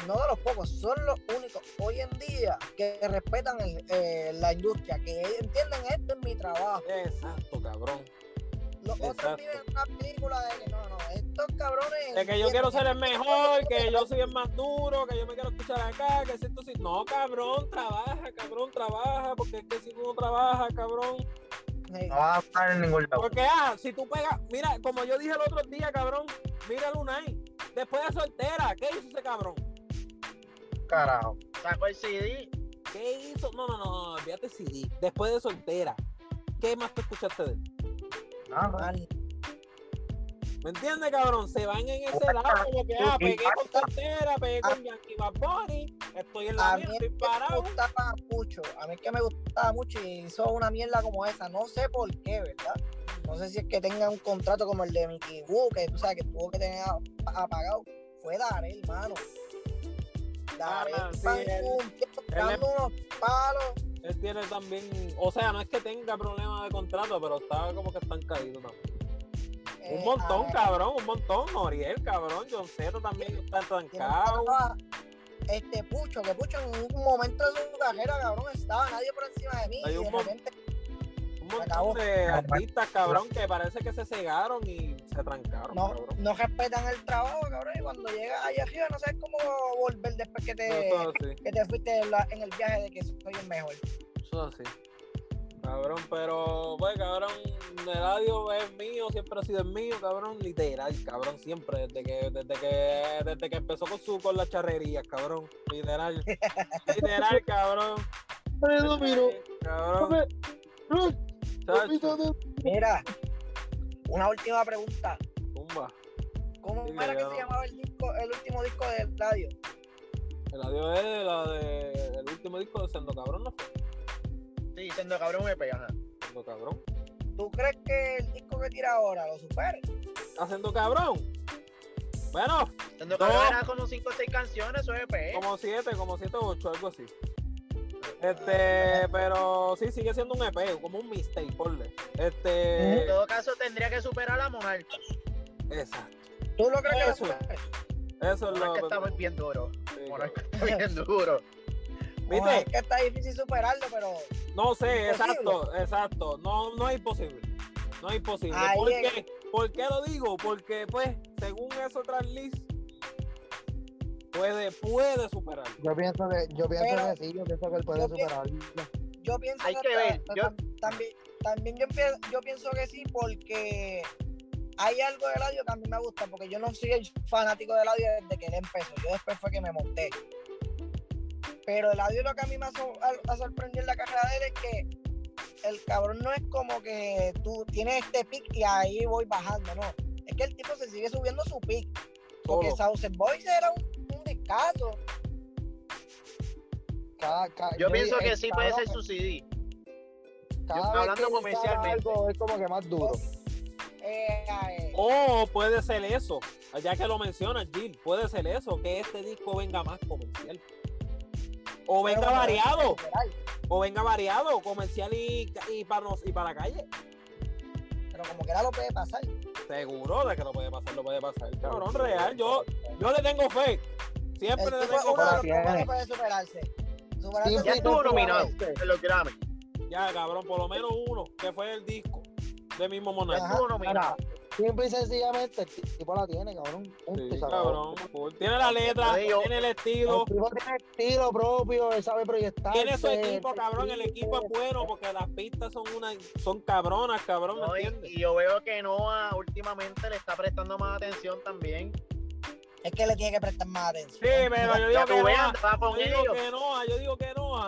Speaker 2: no de los pocos, son los únicos hoy en día que respetan el- eh, la industria, que entienden esto es mi trabajo.
Speaker 1: Exacto, cabrón.
Speaker 2: Los
Speaker 1: Exacto.
Speaker 2: otros viven una película de que no, no, estos cabrones.
Speaker 1: De que yo quiero ser el mejor, que yo soy el más duro, que yo me quiero escuchar acá, que si esto sí. No, cabrón, trabaja, cabrón, trabaja, porque es que si tú no trabajas, cabrón.
Speaker 2: Sí.
Speaker 5: No vas a estar en ningún lado.
Speaker 1: Porque, ah, si tú pegas, mira, como yo dije el otro día, cabrón, mira Lunay, después de soltera, ¿qué hizo ese cabrón?
Speaker 5: Carajo.
Speaker 3: Sacó el CD.
Speaker 1: ¿Qué hizo? No, no, no, no, fíjate CD. Después de soltera, ¿qué más te escuchaste de él?
Speaker 5: Nada.
Speaker 2: Man,
Speaker 1: ¿Me entiendes, cabrón? Se van en ese lado como que, ah, pegué con soltera, pegué con Yankee Bad Bunny, estoy en la
Speaker 2: A mí
Speaker 1: mía,
Speaker 2: es que
Speaker 1: estoy
Speaker 2: me
Speaker 1: parado.
Speaker 2: gustaba mucho, a mí es que me gustaba mucho y hizo una mierda como esa, no sé por qué, ¿verdad? No sé si es que tenga un contrato como el de Mickey Wu, que tú sabes que tuvo que tener ap- apagado. Fue Darel, hermano. Darel,
Speaker 1: Ah, sí, em
Speaker 2: pan,
Speaker 1: él-
Speaker 2: un tiempo dando unos palos.
Speaker 1: Él tiene también, o sea, no es que tenga problemas de contrato, pero está como que estancadito también.
Speaker 2: eh,
Speaker 1: un montón,
Speaker 2: a-
Speaker 1: cabrón, un montón. Noriel, cabrón, John Cena también está
Speaker 2: tiene un
Speaker 1: estancado.
Speaker 2: trabajo. Este Pucho, que Pucho en un momento de su carrera, cabrón, estaba nadie por encima de mí.
Speaker 1: Hay
Speaker 2: y
Speaker 1: un
Speaker 2: de
Speaker 1: mon-
Speaker 2: repente,
Speaker 1: Un
Speaker 2: acabó.
Speaker 1: montón de artistas, cabrón, que parece que se cegaron y se trancaron,
Speaker 2: no,
Speaker 1: cabrón.
Speaker 2: no respetan el trabajo, cabrón, y cuando llegas allá arriba no sabes cómo volver después que te,
Speaker 1: Eso así,
Speaker 2: que te fuiste en, la- en el viaje de que soy el mejor.
Speaker 1: eso así. Cabrón, pero, pues, cabrón, el radio es mío, siempre ha sido el mío, cabrón, literal, cabrón, siempre, desde que, desde que, desde que empezó con su, con las charrerías, cabrón, <laughs> literal, literal, cabrón. Cabrón, chacho,
Speaker 2: Mira, una última pregunta.
Speaker 1: tumba.
Speaker 2: ¿Cómo
Speaker 1: Dime,
Speaker 2: era que
Speaker 1: cabrón.
Speaker 2: se llamaba el disco, el último disco de radio?
Speaker 1: El audio es de la de el último disco de Sendo Cabrón, no fue
Speaker 5: Sí, siendo cabrón EP, ajá.
Speaker 1: Sendo Cabrón.
Speaker 2: ¿Tú crees que el disco que tira ahora lo supere?
Speaker 1: Haciendo Ah, cabrón. Bueno, No.
Speaker 5: Siendo cabrón era con un 5 o 6 canciones, eso es EP.
Speaker 1: como 7, como 7 o 8, algo así. Este, pero sí, sigue siendo un EP, como un mistake, ponle. Este,
Speaker 5: En todo caso, tendría que superar a Monarca.
Speaker 1: exacto.
Speaker 2: ¿Tú lo crees
Speaker 1: Eso.
Speaker 2: que lo supere?
Speaker 1: Eso es lo
Speaker 5: Monarca
Speaker 1: que
Speaker 5: está bien duro.
Speaker 1: sí,
Speaker 5: Monarca está
Speaker 1: <laughs>
Speaker 5: bien duro.
Speaker 1: ¿Viste?
Speaker 2: Ojalá, Es que está difícil superarlo, pero
Speaker 1: No sé,
Speaker 2: Imposible.
Speaker 1: exacto, exacto. No, no es imposible. No es imposible.
Speaker 2: Ahí
Speaker 1: ¿Por
Speaker 2: es.
Speaker 1: qué? ¿Por qué lo digo? Porque, pues, según eso, Translist puede, puede superarlo.
Speaker 4: Yo pienso que, yo pienso
Speaker 2: Pero-
Speaker 4: que sí, yo pienso que él puede
Speaker 2: yo pienso-
Speaker 4: superarlo.
Speaker 2: yo pienso
Speaker 5: Hay que ver,
Speaker 2: ta-
Speaker 5: yo-
Speaker 2: tam- también, también yo, empie- yo pienso que sí, porque hay algo de radio que a mí me gusta, porque yo no soy el fanático de radio desde que él empezó, yo después fue que me monté. Pero el audio lo que a mí me ha, sor- ha- ha sorprendido en la carrera de él es que el cabrón no es como que tú tienes este pic y ahí voy bajando, no. Es que el tipo se sigue subiendo su pic. Porque
Speaker 1: Solo.
Speaker 2: Sauce Boys era un, un descaso.
Speaker 4: Cada- cada-
Speaker 5: Yo pienso
Speaker 4: eh,
Speaker 5: que sí puede
Speaker 4: cabrón,
Speaker 5: ser su CD.
Speaker 4: cada
Speaker 5: yo-
Speaker 4: vez
Speaker 5: hablando
Speaker 4: que él
Speaker 5: comercialmente.
Speaker 4: saca algo, es como que más duro.
Speaker 2: Eh, eh,
Speaker 1: O puede ser eso, ya que lo mencionas, Jill, puede ser eso, que este disco venga más comercial. O venga
Speaker 2: pero-
Speaker 5: Oh.
Speaker 1: variado, o venga variado, comercial y, y, para, nos- y para la calle.
Speaker 2: Pero como que era lo puede pasar.
Speaker 1: Seguro de que lo puede pasar, lo puede pasar. Cabrón, real, yo, yo le tengo fe. Siempre
Speaker 2: El
Speaker 1: le
Speaker 2: tipo es
Speaker 1: tengo
Speaker 2: Este uno de
Speaker 1: fe.
Speaker 2: los primeros puede superarse. Superarse
Speaker 4: Sí,
Speaker 5: Ya
Speaker 2: sí,
Speaker 4: sí,
Speaker 5: estuvo
Speaker 2: tú,
Speaker 5: nominado
Speaker 2: tú,
Speaker 5: en los Grammy.
Speaker 1: Ya, cabrón, por lo menos uno, que fue el disco de mismo
Speaker 5: Ya
Speaker 1: Monarca.
Speaker 2: Ajá.
Speaker 5: estuvo nominado.
Speaker 4: Simple y sencillamente, el tipo la tiene, cabrón. Punto,
Speaker 1: Sí,
Speaker 4: se acabó.
Speaker 1: cabrón, full. Tiene la
Speaker 2: Este
Speaker 1: letra,
Speaker 5: Te digo,
Speaker 1: tiene el
Speaker 4: El
Speaker 1: estilo,
Speaker 4: tipo tiene estilo propio, él sabe proyectar.
Speaker 1: tiene su equipo, cabrón. El equipo es bueno porque las pistas son una, son cabronas, cabrón, ¿me
Speaker 5: No, y,
Speaker 1: entiendes?
Speaker 5: y yo veo que Noah últimamente le está prestando más atención también.
Speaker 2: Es que le tiene que prestar más atención.
Speaker 1: Sí, pero yo digo
Speaker 5: Ya
Speaker 1: que
Speaker 5: tú veas,
Speaker 1: no.
Speaker 5: andaba
Speaker 1: Yo
Speaker 5: con
Speaker 1: digo
Speaker 5: ellos.
Speaker 1: que no, yo digo que no.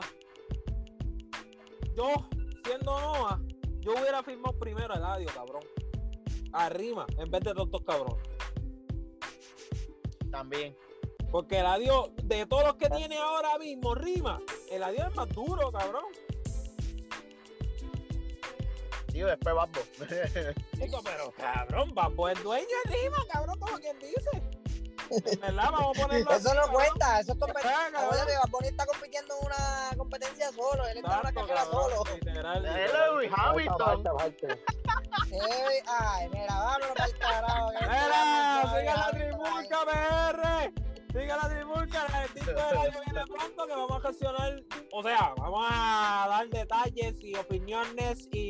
Speaker 1: Yo, siendo Noah, yo hubiera firmado primero el audio, cabrón. Arriba, en vez de los dos cabrones.
Speaker 5: También.
Speaker 1: Porque el adiós, de todos los que tiene ahora mismo, rima. El adiós es más duro, cabrón.
Speaker 5: Digo, después Babbo. <laughs>
Speaker 1: Digo, pero cabrón, va por el dueño de rima, cabrón, como quien dice. ¿Verdad? Vamos a ponerlo.
Speaker 2: <laughs>
Speaker 1: así,
Speaker 2: Eso no
Speaker 1: cabrón.
Speaker 2: cuenta, eso es competencia.
Speaker 1: Ah, cabrón.
Speaker 2: Ahora Bad Bunny está compitiendo en una competencia solo, él está en una
Speaker 1: Exacto,
Speaker 2: carrera
Speaker 1: cabrón,
Speaker 2: solo.
Speaker 1: literal, literal.
Speaker 5: Hello, Luis
Speaker 4: Falta,
Speaker 5: Hamilton.
Speaker 4: falta, falta.
Speaker 1: <laughs>
Speaker 2: Sí, ay, mira, vámonos para el carajo. que no
Speaker 1: ¡Mira!
Speaker 2: está
Speaker 1: ¡Sigue la
Speaker 2: bien,
Speaker 1: tribulca, PR! ¡Sigue la tribulca! esto del año viene pronto que vamos a gestionar, o sea, vamos a dar detalles y opiniones y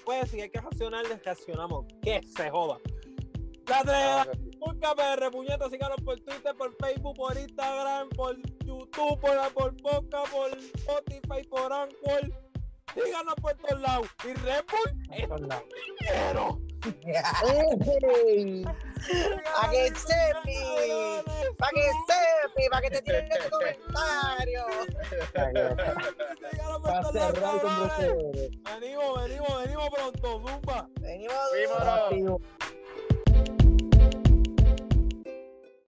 Speaker 1: pues si hay que gestionar, gestionamos. Que se joda. La
Speaker 4: Ah,
Speaker 1: de Busca PR, puñeta, síganos por Twitter, por Facebook, por Instagram, por YouTube, por Apple Podcast, por Spotify, por Anchor. Síganos por todos lados. Y Red Bull es primero.
Speaker 2: <laughs> Ey, Pa' que
Speaker 1: Síganos,
Speaker 2: sepi.
Speaker 1: síganos,
Speaker 2: Para que sepi, para que te tiren en comentarios.
Speaker 1: síganos por
Speaker 4: Para
Speaker 1: todos
Speaker 4: cerrar
Speaker 1: lados,
Speaker 4: con
Speaker 1: cabrones.
Speaker 4: broche de oro.
Speaker 1: Venimos, venimos, venimos pronto, zumba.
Speaker 2: Venimos.
Speaker 3: Dímelo.
Speaker 4: Rápido.